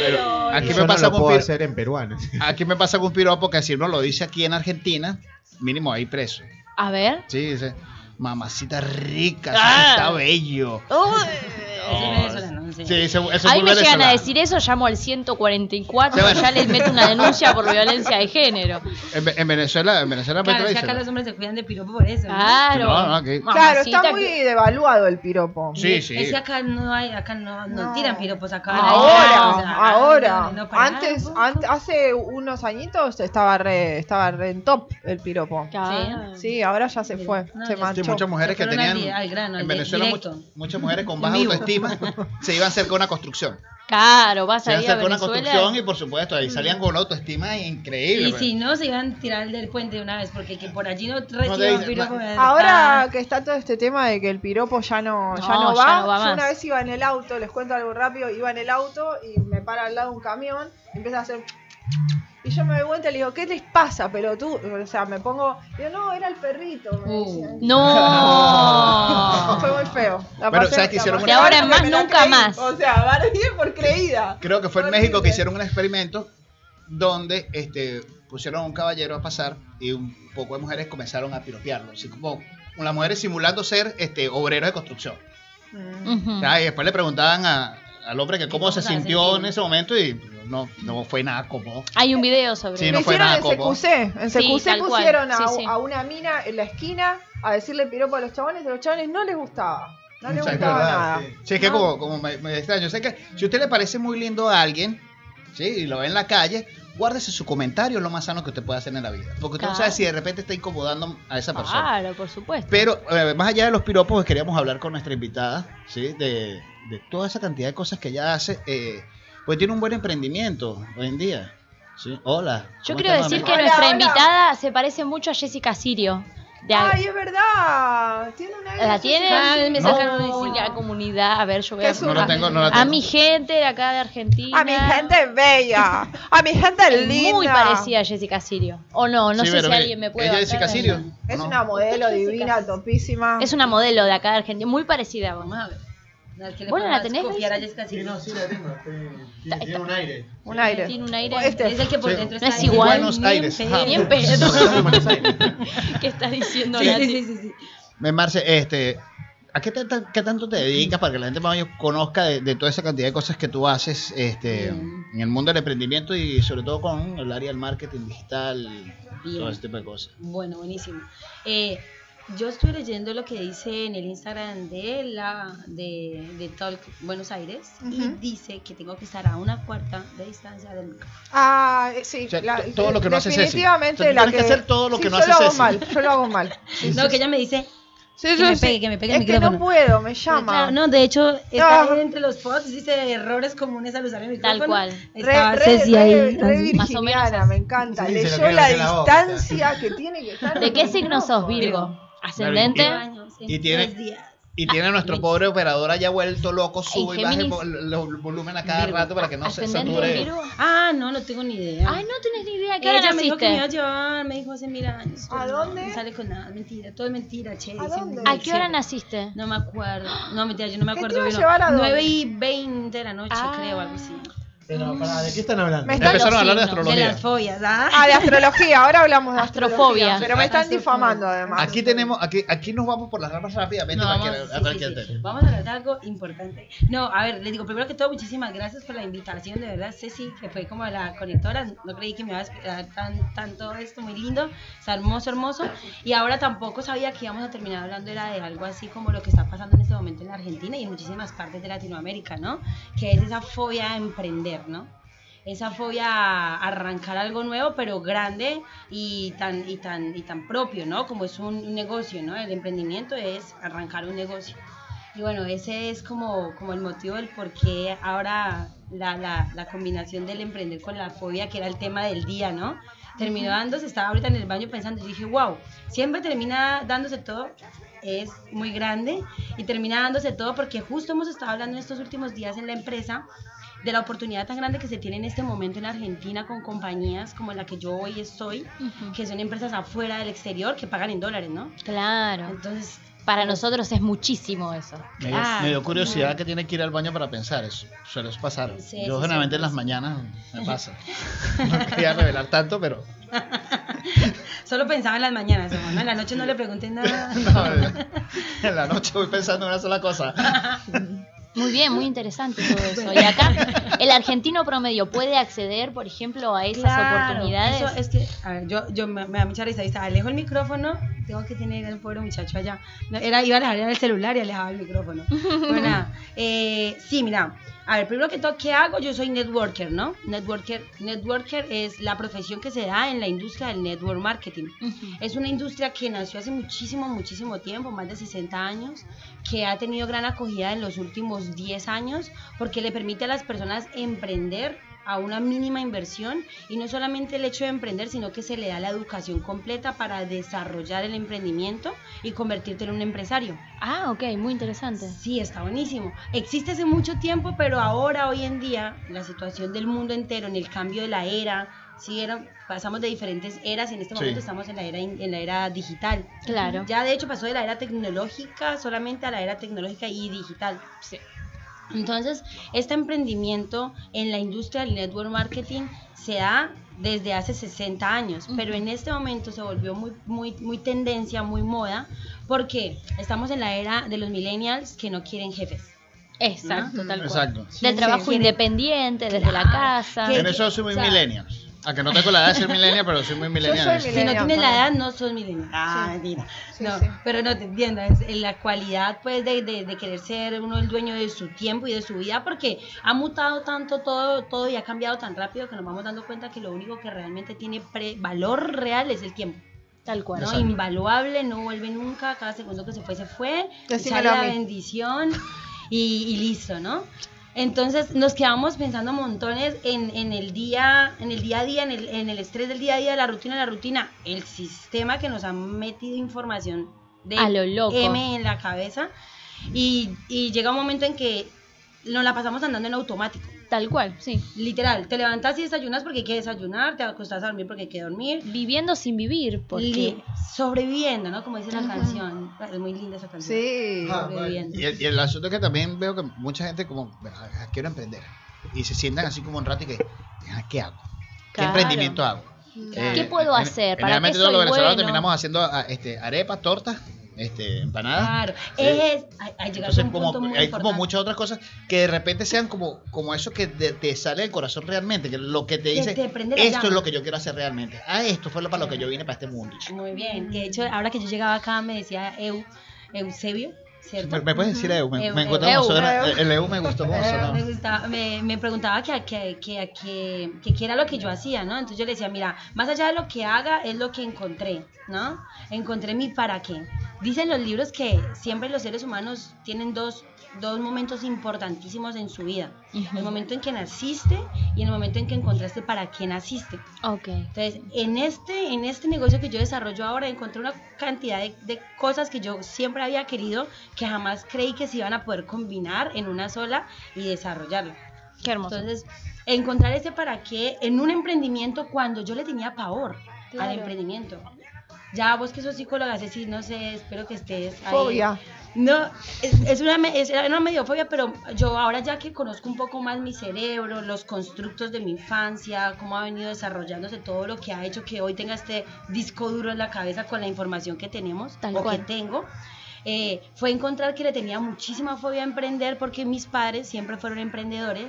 [SPEAKER 3] pero aquí,
[SPEAKER 7] Yo
[SPEAKER 3] me
[SPEAKER 7] no
[SPEAKER 3] pasa
[SPEAKER 7] lo
[SPEAKER 3] con
[SPEAKER 7] puedo
[SPEAKER 3] piro-
[SPEAKER 7] hacer en peruano.
[SPEAKER 3] aquí me pasa con piropo que si uno lo dice aquí en Argentina, mínimo hay preso.
[SPEAKER 6] A ver.
[SPEAKER 3] Sí, dice, mamacita rica,
[SPEAKER 6] Ah.
[SPEAKER 3] está bello.
[SPEAKER 8] Ese es venezolano, sí.
[SPEAKER 3] Sí, eso, eso es
[SPEAKER 6] Ahí
[SPEAKER 3] muy
[SPEAKER 6] me llegan a
[SPEAKER 3] venezolano.
[SPEAKER 6] decir eso, llamo al 144,
[SPEAKER 3] Ya bueno.
[SPEAKER 6] ya les meto una denuncia por violencia de género.
[SPEAKER 3] En, Ve- en Venezuela, en Venezuela me
[SPEAKER 8] Claro, es que acá
[SPEAKER 3] tradicional.
[SPEAKER 8] los hombres se cuidan de piropo por eso. ¿no?
[SPEAKER 6] Claro.
[SPEAKER 3] No, no, que-
[SPEAKER 5] claro,
[SPEAKER 6] Mamacita
[SPEAKER 5] está muy
[SPEAKER 6] que-
[SPEAKER 5] devaluado el piropo.
[SPEAKER 3] Sí, sí.
[SPEAKER 8] Es que acá no hay, acá no, no,
[SPEAKER 5] No.
[SPEAKER 8] tiran piropos acá.
[SPEAKER 6] Ah,
[SPEAKER 5] Ahora,
[SPEAKER 8] o sea,
[SPEAKER 5] ahora.
[SPEAKER 8] no, no, pará,
[SPEAKER 5] antes,
[SPEAKER 8] vos.
[SPEAKER 5] ante- hace unos añitos estaba re, estaba re en top el piropo.
[SPEAKER 6] Claro.
[SPEAKER 5] Sí, ahora ya se fue,
[SPEAKER 8] No,
[SPEAKER 5] se
[SPEAKER 8] ya-
[SPEAKER 3] Sí,
[SPEAKER 5] marchó.
[SPEAKER 3] muchas mujeres que
[SPEAKER 8] Pero no
[SPEAKER 3] tenían
[SPEAKER 8] al- al grano,
[SPEAKER 3] en
[SPEAKER 8] de-
[SPEAKER 3] Venezuela
[SPEAKER 8] directo.
[SPEAKER 3] muchas- muchas mujeres con baja
[SPEAKER 8] En vivo.
[SPEAKER 3] autoestima se iban cerca de una construcción.
[SPEAKER 6] Claro, vas
[SPEAKER 3] Se
[SPEAKER 6] a
[SPEAKER 3] iban
[SPEAKER 6] ir a
[SPEAKER 3] cerca de una
[SPEAKER 6] Venezuela.
[SPEAKER 3] construcción y por supuesto ahí salían con una autoestima increíble.
[SPEAKER 8] Mm. Y
[SPEAKER 3] pues.
[SPEAKER 8] si no, se iban a tirar del puente de una vez, porque que por allí no
[SPEAKER 3] te
[SPEAKER 8] reciban
[SPEAKER 3] dicen,
[SPEAKER 8] piropo.
[SPEAKER 3] no.
[SPEAKER 8] de-
[SPEAKER 5] Ahora
[SPEAKER 8] ah,
[SPEAKER 5] que está todo este tema de que el piropo ya no, ya
[SPEAKER 6] No,
[SPEAKER 5] no
[SPEAKER 6] ya
[SPEAKER 5] va,
[SPEAKER 6] no va
[SPEAKER 5] yo
[SPEAKER 6] más.
[SPEAKER 5] una vez iba en el auto, les cuento algo rápido, iba en el auto y me para al lado un camión, empieza a hacer y yo me doy vuelta y le digo, ¿qué les pasa, pelotudo? O sea, me pongo, y yo, no, era el perrito, me
[SPEAKER 8] Uh.
[SPEAKER 5] decían.
[SPEAKER 6] No.
[SPEAKER 5] Fue muy feo. La
[SPEAKER 3] Pero,
[SPEAKER 5] pasé-
[SPEAKER 3] ¿sabes qué
[SPEAKER 5] la
[SPEAKER 3] hicieron
[SPEAKER 5] pasé
[SPEAKER 3] una-
[SPEAKER 6] De
[SPEAKER 5] mal
[SPEAKER 6] ahora en más,
[SPEAKER 5] porque me la
[SPEAKER 6] nunca
[SPEAKER 5] creí.
[SPEAKER 6] más.
[SPEAKER 5] O sea, van bien por creída.
[SPEAKER 3] Creo que fue en
[SPEAKER 5] Horrible.
[SPEAKER 3] México que hicieron un experimento donde este, pusieron a un caballero a pasar y un poco de mujeres comenzaron a piropearlo. Así como las mujeres simulando ser este, obreros de construcción.
[SPEAKER 5] Mm.
[SPEAKER 6] Ujú.
[SPEAKER 3] Ah, Y después le preguntaban a- al hombre que cómo
[SPEAKER 8] ¿Cómo
[SPEAKER 3] se
[SPEAKER 8] se
[SPEAKER 3] sintió
[SPEAKER 8] sintió?
[SPEAKER 3] en ese momento y no, no fue nada cómodo.
[SPEAKER 6] Hay un video sobre
[SPEAKER 3] Sí,
[SPEAKER 6] eso.
[SPEAKER 3] no
[SPEAKER 5] Lo
[SPEAKER 3] fue
[SPEAKER 5] hicieron
[SPEAKER 3] nada
[SPEAKER 5] en
[SPEAKER 3] cómodo.
[SPEAKER 5] CQC. En
[SPEAKER 6] Sí,
[SPEAKER 5] CQC
[SPEAKER 6] tal cual.
[SPEAKER 5] pusieron a,
[SPEAKER 6] Sí, sí.
[SPEAKER 5] a una mina en la esquina a decirle piropo a los chabones. A los chabones no les gustaba. No les
[SPEAKER 3] Sí, es
[SPEAKER 5] gustaba
[SPEAKER 7] verdad,
[SPEAKER 5] nada.
[SPEAKER 7] sí.
[SPEAKER 3] Sí, es que
[SPEAKER 5] No.
[SPEAKER 3] como, como me, me extraño. Sé que si a usted le parece muy lindo a alguien, ¿sí? Y lo ve en la calle, guárdese su comentario, lo más sano que usted puede hacer en la vida. Porque usted no
[SPEAKER 6] Claro.
[SPEAKER 3] sabe si de repente está incomodando a esa persona.
[SPEAKER 6] Claro, por supuesto.
[SPEAKER 3] Pero eh, más allá de los piropos, pues, queríamos hablar con nuestra invitada, ¿sí? De, de toda esa cantidad de cosas que ella hace. eh, pues tiene un buen emprendimiento hoy en día. ¿sí? Hola.
[SPEAKER 6] Yo
[SPEAKER 3] ¿cómo
[SPEAKER 6] quiero
[SPEAKER 3] estás,
[SPEAKER 6] decir
[SPEAKER 3] mami?
[SPEAKER 6] que
[SPEAKER 5] Hola,
[SPEAKER 6] nuestra
[SPEAKER 5] hola.
[SPEAKER 6] invitada se parece mucho a Jessica Sirio. De a-
[SPEAKER 5] Ay, es verdad. Tiene una
[SPEAKER 6] ¿La tiene?
[SPEAKER 8] Ah, me sacaron
[SPEAKER 6] No,
[SPEAKER 8] encima.
[SPEAKER 6] la comunidad. A ver, yo voy
[SPEAKER 5] ¿Qué
[SPEAKER 6] a...
[SPEAKER 5] es
[SPEAKER 3] No la
[SPEAKER 5] una-
[SPEAKER 3] tengo, no la tengo.
[SPEAKER 6] A mi gente de acá de Argentina.
[SPEAKER 5] A mi gente bella. A mi gente
[SPEAKER 6] Es
[SPEAKER 5] linda.
[SPEAKER 6] Muy parecida a Jessica Sirio. O no, no
[SPEAKER 3] Sí,
[SPEAKER 6] sé
[SPEAKER 3] pero
[SPEAKER 6] si
[SPEAKER 3] que-
[SPEAKER 6] alguien me puede.
[SPEAKER 3] Ella es Jessica
[SPEAKER 6] bancar,
[SPEAKER 3] Sirio.
[SPEAKER 6] ¿no?
[SPEAKER 5] Es
[SPEAKER 3] ¿no?
[SPEAKER 5] una modelo
[SPEAKER 6] Jessica.
[SPEAKER 5] divina, topísima.
[SPEAKER 6] Es una modelo de acá de Argentina. Muy parecida a vos.
[SPEAKER 8] Vamos a ver. No, es que le
[SPEAKER 6] ¿Vos no la
[SPEAKER 8] podrás
[SPEAKER 6] tenés,
[SPEAKER 8] copiar a
[SPEAKER 6] Daisy?
[SPEAKER 8] Jessica Silva.
[SPEAKER 7] la tengo. Tiene, un aire.
[SPEAKER 5] un aire.
[SPEAKER 6] Tiene un aire.
[SPEAKER 5] Este-
[SPEAKER 8] Es el que por
[SPEAKER 3] Sí.
[SPEAKER 8] dentro
[SPEAKER 6] No
[SPEAKER 8] está
[SPEAKER 6] es igual.
[SPEAKER 3] Buenos Aires, ah. ajá.
[SPEAKER 6] Ni en pedo. ¿Qué estás diciendo,
[SPEAKER 8] Sí,
[SPEAKER 6] Nati?
[SPEAKER 8] sí, sí, sí.
[SPEAKER 3] Me- Marce, este, ¿a qué, tan- qué tanto te dedicas para que la gente más o menos conozca de, de toda esa cantidad de cosas que tú haces este,
[SPEAKER 8] Bien.
[SPEAKER 3] en el mundo del emprendimiento y sobre todo con el área del marketing digital, todo ese tipo de cosas?
[SPEAKER 8] Bueno, buenísimo. Eh, yo estuve leyendo lo que dice en el Instagram de la de, de Talk Buenos Aires y
[SPEAKER 5] Ujú.
[SPEAKER 8] dice que tengo que estar a una cuarta de distancia del micrófono.
[SPEAKER 5] Ah, eh, sí.
[SPEAKER 3] O sea,
[SPEAKER 5] la-
[SPEAKER 3] t- todo lo que no hace Ceci.
[SPEAKER 5] Definitivamente
[SPEAKER 3] O sea, tú
[SPEAKER 5] la
[SPEAKER 3] tienes que hacer todo lo
[SPEAKER 5] Sí,
[SPEAKER 3] que no
[SPEAKER 5] yo
[SPEAKER 3] hace
[SPEAKER 5] lo hago
[SPEAKER 3] Ceci.
[SPEAKER 5] mal. Yo lo hago mal. Sí,
[SPEAKER 8] No, que ella me dice
[SPEAKER 5] sí,
[SPEAKER 8] que me
[SPEAKER 5] sí.
[SPEAKER 8] pegue, que me pegue el
[SPEAKER 5] Es que no
[SPEAKER 8] micrófono.
[SPEAKER 5] puedo, me llama.
[SPEAKER 8] Claro, no, de hecho, está
[SPEAKER 5] Ah.
[SPEAKER 8] entre los pods, dice errores comunes al usar el
[SPEAKER 6] Tal
[SPEAKER 8] micrófono.
[SPEAKER 6] cual.
[SPEAKER 8] Estaba
[SPEAKER 5] re,
[SPEAKER 8] Ceci
[SPEAKER 5] re-
[SPEAKER 8] ahí.
[SPEAKER 5] re
[SPEAKER 8] así.
[SPEAKER 6] Más o menos
[SPEAKER 5] virginiana,
[SPEAKER 6] así.
[SPEAKER 5] me encanta.
[SPEAKER 7] Sí, se lo
[SPEAKER 5] Leyó
[SPEAKER 7] creo
[SPEAKER 5] la
[SPEAKER 7] que la boca.
[SPEAKER 5] distancia que tiene que estar.
[SPEAKER 6] ¿De qué signo sos, Virgo?
[SPEAKER 3] Claro,
[SPEAKER 6] ¿Ascendente?
[SPEAKER 8] Años, en
[SPEAKER 3] Y tiene-
[SPEAKER 8] tres días.
[SPEAKER 3] Y tiene a nuestro pobre operador ya vuelto loco, sube y baja el,
[SPEAKER 6] Géminis.
[SPEAKER 3] vol- el volumen a cada
[SPEAKER 8] Virgo.
[SPEAKER 3] rato para que no se
[SPEAKER 6] ¿Ascendente en
[SPEAKER 3] sature.
[SPEAKER 6] Virgo?
[SPEAKER 8] Ah, no, no tengo ni idea.
[SPEAKER 6] Ay, no tenés ni idea. ¿Qué hora
[SPEAKER 8] Ella me dijo que me iba a
[SPEAKER 6] naciste?
[SPEAKER 8] llevar, me dijo hace mil años.
[SPEAKER 5] ¿A
[SPEAKER 8] pero
[SPEAKER 5] dónde?
[SPEAKER 8] No, no sale con nada, mentira, todo es mentira, che.
[SPEAKER 5] ¿A
[SPEAKER 8] dicen,
[SPEAKER 5] dónde?
[SPEAKER 8] no,
[SPEAKER 6] ¿A qué hora
[SPEAKER 8] siempre.
[SPEAKER 6] naciste?
[SPEAKER 8] No me acuerdo. No, mentira, yo no me
[SPEAKER 5] ¿Qué te
[SPEAKER 8] acuerdo.
[SPEAKER 5] iba a
[SPEAKER 8] pero
[SPEAKER 5] llevar a dónde?
[SPEAKER 8] 9 y 20 de la noche,
[SPEAKER 6] Ah.
[SPEAKER 8] creo, algo así.
[SPEAKER 9] Pero, pará, ¿de qué están hablando?
[SPEAKER 5] Me está-
[SPEAKER 3] Empezaron a hablar de
[SPEAKER 6] signos,
[SPEAKER 8] De
[SPEAKER 3] astrología.
[SPEAKER 8] las fobias, ¿ah?
[SPEAKER 5] Ah, de astrología, ahora hablamos de astrofobia.
[SPEAKER 6] Astrofobia.
[SPEAKER 5] Pero me están
[SPEAKER 8] Astrofobia.
[SPEAKER 5] difamando
[SPEAKER 7] Ah,
[SPEAKER 5] además.
[SPEAKER 3] Aquí tenemos, aquí, aquí nos vamos por las ramas rápidamente
[SPEAKER 8] No,
[SPEAKER 3] a
[SPEAKER 8] vamos,
[SPEAKER 3] cualquier-
[SPEAKER 8] sí,
[SPEAKER 3] a
[SPEAKER 8] sí,
[SPEAKER 3] cualquier
[SPEAKER 8] sí.
[SPEAKER 3] tema.
[SPEAKER 8] Vamos a hablar de algo importante. No, a ver, les digo, primero que todo, muchísimas gracias por la invitación, de verdad, Ceci, que fue como la conectora, no creí que me iba a esperar tan, tanto esto, muy lindo, está hermoso, hermoso, y ahora tampoco sabía que íbamos a terminar hablando era de algo así como lo que está pasando en este momento en la Argentina y en muchísimas partes de Latinoamérica, ¿no? Que es esa fobia a emprender, ¿no? esa fobia a arrancar algo nuevo, pero grande y tan, y tan, y tan propio, ¿no? Como es un, un negocio, ¿no? El emprendimiento es arrancar un negocio. Y bueno, ese es como, como el motivo del por qué ahora la, la, la combinación del emprender con la fobia, que era el tema del día, ¿no? Terminó dándose, estaba ahorita en el baño pensando y dije, wow, siempre termina dándose todo, es muy grande y termina dándose todo porque justo hemos estado hablando en estos últimos días en la empresa de la oportunidad tan grande que se tiene en este momento en Argentina con compañías como la que yo hoy estoy,
[SPEAKER 6] Ujú.
[SPEAKER 8] que son empresas afuera del exterior que pagan en dólares, ¿no?
[SPEAKER 6] Claro.
[SPEAKER 8] Entonces,
[SPEAKER 6] Para nosotros es muchísimo eso.
[SPEAKER 3] Me dio,
[SPEAKER 8] Ah,
[SPEAKER 3] me dio curiosidad que tiene que ir al baño para pensar eso. Suele pasar.
[SPEAKER 8] Sí, sí,
[SPEAKER 3] Yo generalmente
[SPEAKER 8] sí.
[SPEAKER 3] en las mañanas me pasa. No quería revelar tanto, pero.
[SPEAKER 8] solo pensaba en las mañanas, hermano, en la noche no le pregunté nada.
[SPEAKER 3] No, en la noche voy pensando en una sola cosa.
[SPEAKER 6] Muy bien, muy interesante todo eso. Y acá, el argentino promedio puede acceder, por ejemplo, a esas
[SPEAKER 8] Claro,
[SPEAKER 6] oportunidades.
[SPEAKER 8] Eso es que, a ver, yo, yo me, me da mucha risa, dice, alejo el micrófono, tengo que tener al pobre muchacho allá. No, Era, iba a alejar el celular y alejaba el micrófono. bueno, nada, eh, sí, mira, a ver, primero que todo, ¿qué hago? Yo soy networker, ¿no? Networker, networker es la profesión que se da en la industria del network marketing.
[SPEAKER 6] Ujú.
[SPEAKER 8] Es una industria que nació hace muchísimo, muchísimo tiempo, más de 60 años, que ha tenido gran acogida en los últimos 10 años porque le permite a las personas emprender a una mínima inversión y no solamente el hecho de emprender, sino que se le da la educación completa para desarrollar el emprendimiento y convertirte en un empresario.
[SPEAKER 6] Ah, ok, muy interesante.
[SPEAKER 8] Sí, está buenísimo. Existe hace mucho tiempo, pero ahora, hoy en día, la situación del mundo entero, en el cambio de la era, sí, era, pasamos de diferentes eras y en este
[SPEAKER 3] Sí.
[SPEAKER 8] momento estamos en la era, in- en la era digital.
[SPEAKER 6] Claro.
[SPEAKER 8] Ya de hecho pasó de la era tecnológica solamente a la era tecnológica y digital. Entonces, este emprendimiento en la industria del network marketing se da desde hace 60 años,
[SPEAKER 6] Ujú.
[SPEAKER 8] pero en este momento se volvió muy, muy, muy tendencia, muy moda, porque estamos en la era de los millennials que no quieren jefes.
[SPEAKER 6] Exacto, tal cual.
[SPEAKER 3] Exacto.
[SPEAKER 6] Del trabajo
[SPEAKER 8] Sí.
[SPEAKER 6] independiente, desde la
[SPEAKER 8] Claro.
[SPEAKER 6] casa.
[SPEAKER 8] Que-
[SPEAKER 3] En eso soy muy
[SPEAKER 8] o sea-
[SPEAKER 3] millennial. A que no tengo la edad de ser millennial, pero soy muy millennial.
[SPEAKER 5] soy
[SPEAKER 8] Si no
[SPEAKER 5] Millennial,
[SPEAKER 8] tienes la edad,
[SPEAKER 5] claro.
[SPEAKER 8] no sos millennial. Ah, mentira.
[SPEAKER 5] Sí,
[SPEAKER 8] no,
[SPEAKER 5] sí.
[SPEAKER 8] pero no te entiendo. Es la cualidad, pues, de, de- de querer ser uno el dueño de su tiempo y de su vida, porque ha mutado tanto todo, todo y ha cambiado tan rápido que nos vamos dando cuenta que lo único que realmente tiene pre- valor real es el tiempo.
[SPEAKER 6] Tal cual.
[SPEAKER 8] ¿no? Invaluable, no vuelve nunca, cada segundo que se fue, se fue. Echar
[SPEAKER 5] Decímelo a
[SPEAKER 8] la
[SPEAKER 5] mí.
[SPEAKER 8] bendición y, y listo, ¿no? Entonces nos quedamos pensando montones en, en el día, en el día a día, en el, en el estrés del día a día, la rutina, la rutina, el sistema que nos ha metido información de
[SPEAKER 6] A lo loco.
[SPEAKER 8] M en la cabeza y, y llega un momento en que nos la pasamos andando en automático.
[SPEAKER 6] Tal cual, sí.
[SPEAKER 8] Literal, te levantas y desayunas porque hay que desayunar, te acostás a dormir porque hay que dormir,
[SPEAKER 6] Viviendo sin vivir,
[SPEAKER 8] Li-
[SPEAKER 6] porque
[SPEAKER 8] sobreviviendo, ¿no? Como dice la
[SPEAKER 6] Ajá.
[SPEAKER 8] canción. Es muy linda esa canción.
[SPEAKER 5] Sí.
[SPEAKER 7] Ah.
[SPEAKER 8] Sobreviviendo.
[SPEAKER 3] Ah, Y el, y el asunto es que también veo que mucha gente como, "Ah, quiero emprender. Y se sientan así como un rato y que, "Ah, ¿qué hago? ¿Qué
[SPEAKER 6] Claro.
[SPEAKER 3] emprendimiento hago? Eh,
[SPEAKER 6] ¿Qué puedo
[SPEAKER 3] gen-
[SPEAKER 6] hacer? ¿Para qué
[SPEAKER 3] Generalmente todos
[SPEAKER 6] soy
[SPEAKER 3] los venezolanos
[SPEAKER 6] bueno?
[SPEAKER 3] terminamos haciendo ah, este, arepas, tortas, este, empanadas.
[SPEAKER 8] Claro.
[SPEAKER 3] Sí.
[SPEAKER 8] Es. Hay, hay llegar a
[SPEAKER 3] Entonces,
[SPEAKER 8] un
[SPEAKER 3] como,
[SPEAKER 8] punto muy
[SPEAKER 3] hay como
[SPEAKER 8] importante.
[SPEAKER 3] muchas otras cosas que de repente sean como, como eso que de- te sale del corazón realmente, que lo que te
[SPEAKER 8] Que
[SPEAKER 3] dice,
[SPEAKER 8] te prende la
[SPEAKER 3] esto es
[SPEAKER 8] llama".
[SPEAKER 3] lo que yo quiero hacer realmente. Ah, esto fue lo para lo que yo vine para este mundo.
[SPEAKER 8] Muy bien. Que de hecho, ahora que yo llegaba acá, me decía Eu, Eusebio, ¿cierto?
[SPEAKER 3] ¿Me, me puedes decir EU? Me,
[SPEAKER 8] Eu,
[SPEAKER 3] me
[SPEAKER 8] eu,
[SPEAKER 3] encuentro
[SPEAKER 6] eu,
[SPEAKER 3] como suena-
[SPEAKER 5] eu.
[SPEAKER 3] El EU me gustó como
[SPEAKER 8] Eh,
[SPEAKER 3] sonó.
[SPEAKER 8] me, gustaba- me, me preguntaba que, que, que, que, que qué era lo que yo hacía, ¿no? Entonces yo le decía, mira, más allá de lo que haga, es lo que encontré, ¿no? Encontré mi para qué. Dicen los libros que siempre los seres humanos tienen dos, dos momentos importantísimos en su vida. El momento en que naciste y el momento en que encontraste para qué naciste.
[SPEAKER 6] Ok.
[SPEAKER 8] Entonces, en este, en este negocio que yo desarrollo ahora, encontré una cantidad de, de cosas que yo siempre había querido, que jamás creí que se iban a poder combinar en una sola y desarrollarla.
[SPEAKER 6] Qué hermoso.
[SPEAKER 8] Entonces, encontrar ese para qué en un emprendimiento cuando yo le tenía pavor
[SPEAKER 6] Claro.
[SPEAKER 8] al emprendimiento. Ya vos que sos psicóloga, Ceci, no sé, espero que estés ahí.
[SPEAKER 5] Fobia.
[SPEAKER 8] No, es, es una, me- es, era una mediofobia, pero yo ahora ya que conozco un poco más mi cerebro, los constructos de mi infancia, cómo ha venido desarrollándose todo lo que ha hecho que hoy tenga este disco duro en la cabeza con la información que tenemos
[SPEAKER 6] Tal
[SPEAKER 8] o
[SPEAKER 6] cual.
[SPEAKER 8] que tengo, eh, fue encontrar que le tenía muchísima fobia a emprender porque mis padres siempre fueron emprendedores,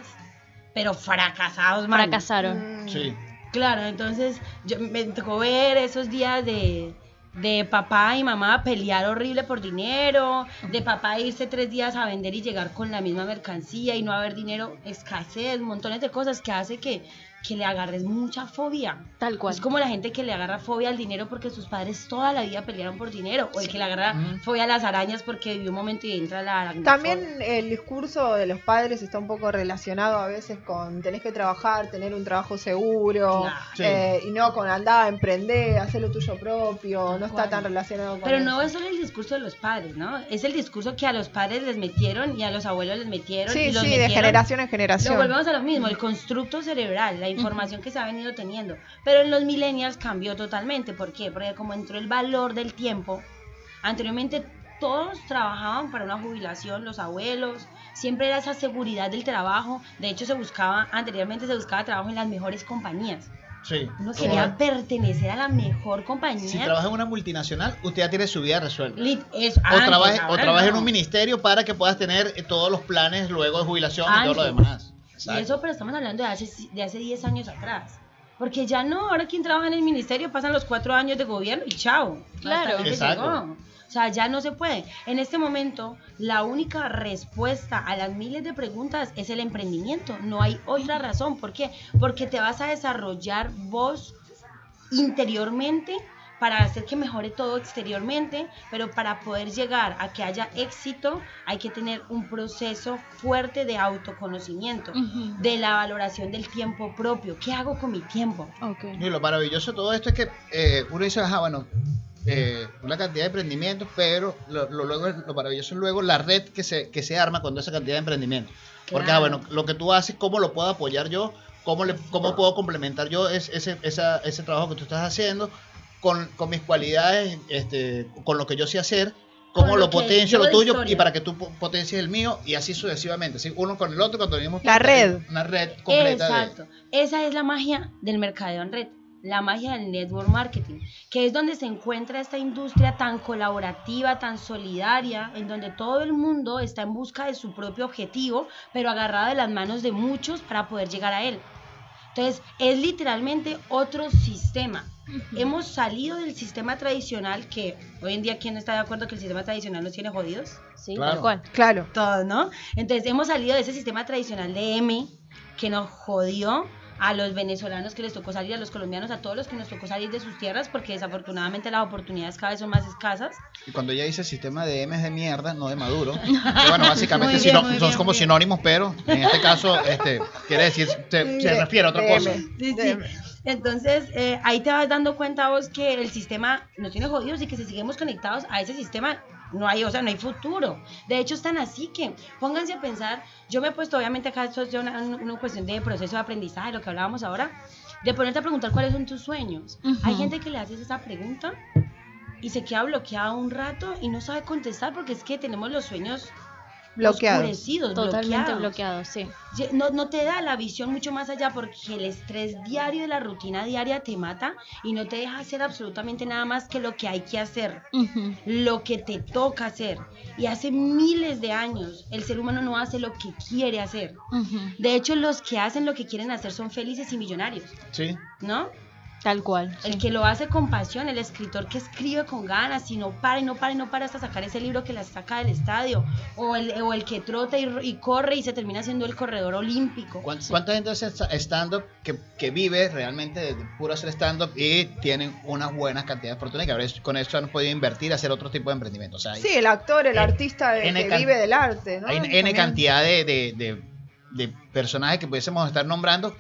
[SPEAKER 8] pero fracasados, man.
[SPEAKER 6] Fracasaron.
[SPEAKER 5] Mm,
[SPEAKER 3] Sí.
[SPEAKER 8] Claro, entonces yo, me tocó ver esos días de, de papá y mamá pelear horrible por dinero, de papá irse tres días a vender y llegar con la misma mercancía y no haber dinero, escasez, montones de cosas que hace que, que le agarres mucha fobia.
[SPEAKER 6] Tal cual.
[SPEAKER 8] Es como la gente que le agarra fobia al dinero porque sus padres toda la vida pelearon por dinero, o el que le agarra fobia a las arañas porque vivió un momento y entra la araña.
[SPEAKER 5] También el discurso de los padres está un poco relacionado a veces con tenés que trabajar, tener un trabajo seguro,
[SPEAKER 8] Claro.
[SPEAKER 5] eh, y no con andar, emprender, hacer lo tuyo propio,
[SPEAKER 8] Tal
[SPEAKER 5] no está
[SPEAKER 8] cual.
[SPEAKER 5] tan relacionado con
[SPEAKER 8] Pero
[SPEAKER 5] eso.
[SPEAKER 8] no es solo el discurso de los padres, ¿no? Es el discurso que a los padres les metieron y a los abuelos les metieron. y
[SPEAKER 5] Sí,
[SPEAKER 8] los
[SPEAKER 5] sí, de
[SPEAKER 8] metieron.
[SPEAKER 5] generación en generación.
[SPEAKER 8] Lo volvemos a lo mismo, el constructo cerebral, la información que se ha venido teniendo. Pero en los millennials cambió totalmente. ¿Por qué? Porque como entró el valor del tiempo, anteriormente todos trabajaban para una jubilación, los abuelos, siempre era esa seguridad del trabajo. De hecho, se buscaba, anteriormente se buscaba trabajo en las mejores compañías.
[SPEAKER 3] Sí.
[SPEAKER 8] Uno
[SPEAKER 3] Como-
[SPEAKER 8] quería pertenecer a la mejor
[SPEAKER 3] Si
[SPEAKER 8] compañía.
[SPEAKER 3] trabaja en una multinacional, usted ya tiene su vida resuelta.
[SPEAKER 8] Lit- eso,
[SPEAKER 3] O
[SPEAKER 8] antes,
[SPEAKER 3] trabaje, o
[SPEAKER 8] ahora
[SPEAKER 3] trabaje en
[SPEAKER 8] no.
[SPEAKER 3] un ministerio para que puedas tener eh, todos los planes luego de jubilación y todo lo
[SPEAKER 8] Antes.
[SPEAKER 3] demás.
[SPEAKER 8] Y eso, pero estamos hablando de hace, de hace 10 años atrás. Porque ya no, ahora quien trabaja en el ministerio pasan los cuatro años de gobierno y chao.
[SPEAKER 6] Claro.
[SPEAKER 8] Hasta dónde
[SPEAKER 3] Exacto.
[SPEAKER 8] llegó. O sea, ya no se puede. En este momento, la única respuesta a las miles de preguntas es el emprendimiento. No hay otra razón. ¿Por qué? Porque te vas a desarrollar vos interiormente para hacer que mejore todo exteriormente, pero para poder llegar a que haya éxito hay que tener un proceso fuerte de autoconocimiento,
[SPEAKER 6] Ujú.
[SPEAKER 8] de la valoración del tiempo propio. ¿Qué hago con mi tiempo?
[SPEAKER 6] Ok.
[SPEAKER 3] Y lo maravilloso de todo esto es que eh, uno dice, ajá, bueno, eh, una cantidad de emprendimientos, pero lo, lo luego, lo maravilloso es luego la red que se, que se arma cuando esa cantidad de emprendimientos. Porque, ah,
[SPEAKER 8] Claro.
[SPEAKER 3] bueno, lo que tú haces, ¿cómo lo puedo apoyar yo? ¿Cómo, le, cómo puedo complementar yo es- ese, esa- ese trabajo que tú estás haciendo con, con mis cualidades, este, con lo que yo sé hacer? ¿Cómo
[SPEAKER 8] Con
[SPEAKER 3] lo,
[SPEAKER 8] lo que
[SPEAKER 3] potencio
[SPEAKER 8] yo
[SPEAKER 3] lo
[SPEAKER 8] de
[SPEAKER 3] tuyo
[SPEAKER 8] historia.
[SPEAKER 3] y para que tú po- potencies el mío? Y así sucesivamente. Así, uno con el otro, cuando venimos
[SPEAKER 5] La red.
[SPEAKER 3] Una red completa. de-
[SPEAKER 8] Exacto. Esa es la magia del mercadeo en red, la magia del network marketing, que es donde se encuentra esta industria tan colaborativa, tan solidaria, en donde todo el mundo está en busca de su propio objetivo, pero agarrado de las manos de muchos para poder llegar a él. Entonces, es literalmente otro sistema. Hemos salido del sistema tradicional que hoy en día quién está de acuerdo que el sistema tradicional nos tiene jodidos
[SPEAKER 6] Sí,
[SPEAKER 3] Claro.
[SPEAKER 6] tal cual.
[SPEAKER 5] Claro.
[SPEAKER 8] todos, ¿no? Entonces hemos salido de ese sistema tradicional de M que nos jodió a los venezolanos que les tocó salir, a los colombianos, a todos los que nos tocó salir de sus tierras, porque desafortunadamente las oportunidades cada vez son más escasas.
[SPEAKER 3] Y cuando ella dice sistema de M es de mierda, no de Maduro. que bueno, básicamente
[SPEAKER 8] Muy bien,
[SPEAKER 3] sino-
[SPEAKER 8] muy bien,
[SPEAKER 3] son
[SPEAKER 8] muy
[SPEAKER 3] como
[SPEAKER 8] bien.
[SPEAKER 3] sinónimos, pero en este caso este, quiere decir, se, se
[SPEAKER 5] Mm, De-
[SPEAKER 3] refiere a otra
[SPEAKER 5] de
[SPEAKER 3] cosa.
[SPEAKER 5] M.
[SPEAKER 8] Sí, sí.
[SPEAKER 5] De M.
[SPEAKER 8] Entonces, eh, ahí te vas dando cuenta vos que el sistema nos tiene jodidos y que si seguimos conectados a ese sistema, no hay, o sea, no hay futuro. De hecho, están así que pónganse a pensar, yo me he puesto, obviamente acá esto es ya una, una cuestión de proceso de aprendizaje, lo que hablábamos ahora, de ponerte a preguntar cuáles son tus sueños.
[SPEAKER 6] Ujú.
[SPEAKER 8] Hay gente que le haces esa pregunta y se queda bloqueada un rato y no sabe contestar porque es que tenemos los sueños
[SPEAKER 5] Bloqueados.
[SPEAKER 8] oscurecidos,
[SPEAKER 6] Totalmente
[SPEAKER 8] bloqueados.
[SPEAKER 6] bloqueado, sí.
[SPEAKER 8] Ye- No, no te da la visión mucho más allá porque el estrés diario de la rutina diaria te mata y no te deja hacer absolutamente nada más que lo que hay que hacer,
[SPEAKER 6] Ujú.
[SPEAKER 8] lo que te toca hacer. Y hace miles de años el ser humano no hace lo que quiere hacer.
[SPEAKER 6] Ujú.
[SPEAKER 8] De hecho, los que hacen lo que quieren hacer son felices y millonarios,
[SPEAKER 3] Sí.
[SPEAKER 8] ¿no?
[SPEAKER 6] Tal cual. sí.
[SPEAKER 8] El que lo hace con pasión, el escritor que escribe con ganas y no para y no para y no para hasta sacar ese libro que la saca del estadio, o el, o el que trota y, y corre y se termina siendo el corredor olímpico.
[SPEAKER 3] ¿Cuán- ¿Cuánta gente hace sta- stand-up que, que vive realmente de puro hacer stand-up y tienen unas buenas cantidades de fortuna y que ahora es- con eso han podido invertir y hacer otro tipo de emprendimiento? O sea, hay-
[SPEAKER 5] Sí, el actor, el
[SPEAKER 3] Eh,
[SPEAKER 5] artista de-
[SPEAKER 3] N
[SPEAKER 5] que
[SPEAKER 3] can-
[SPEAKER 5] vive del arte, ¿no?
[SPEAKER 3] hay N
[SPEAKER 5] También.
[SPEAKER 3] cantidad de, de- de- de personajes que pudiésemos estar nombrando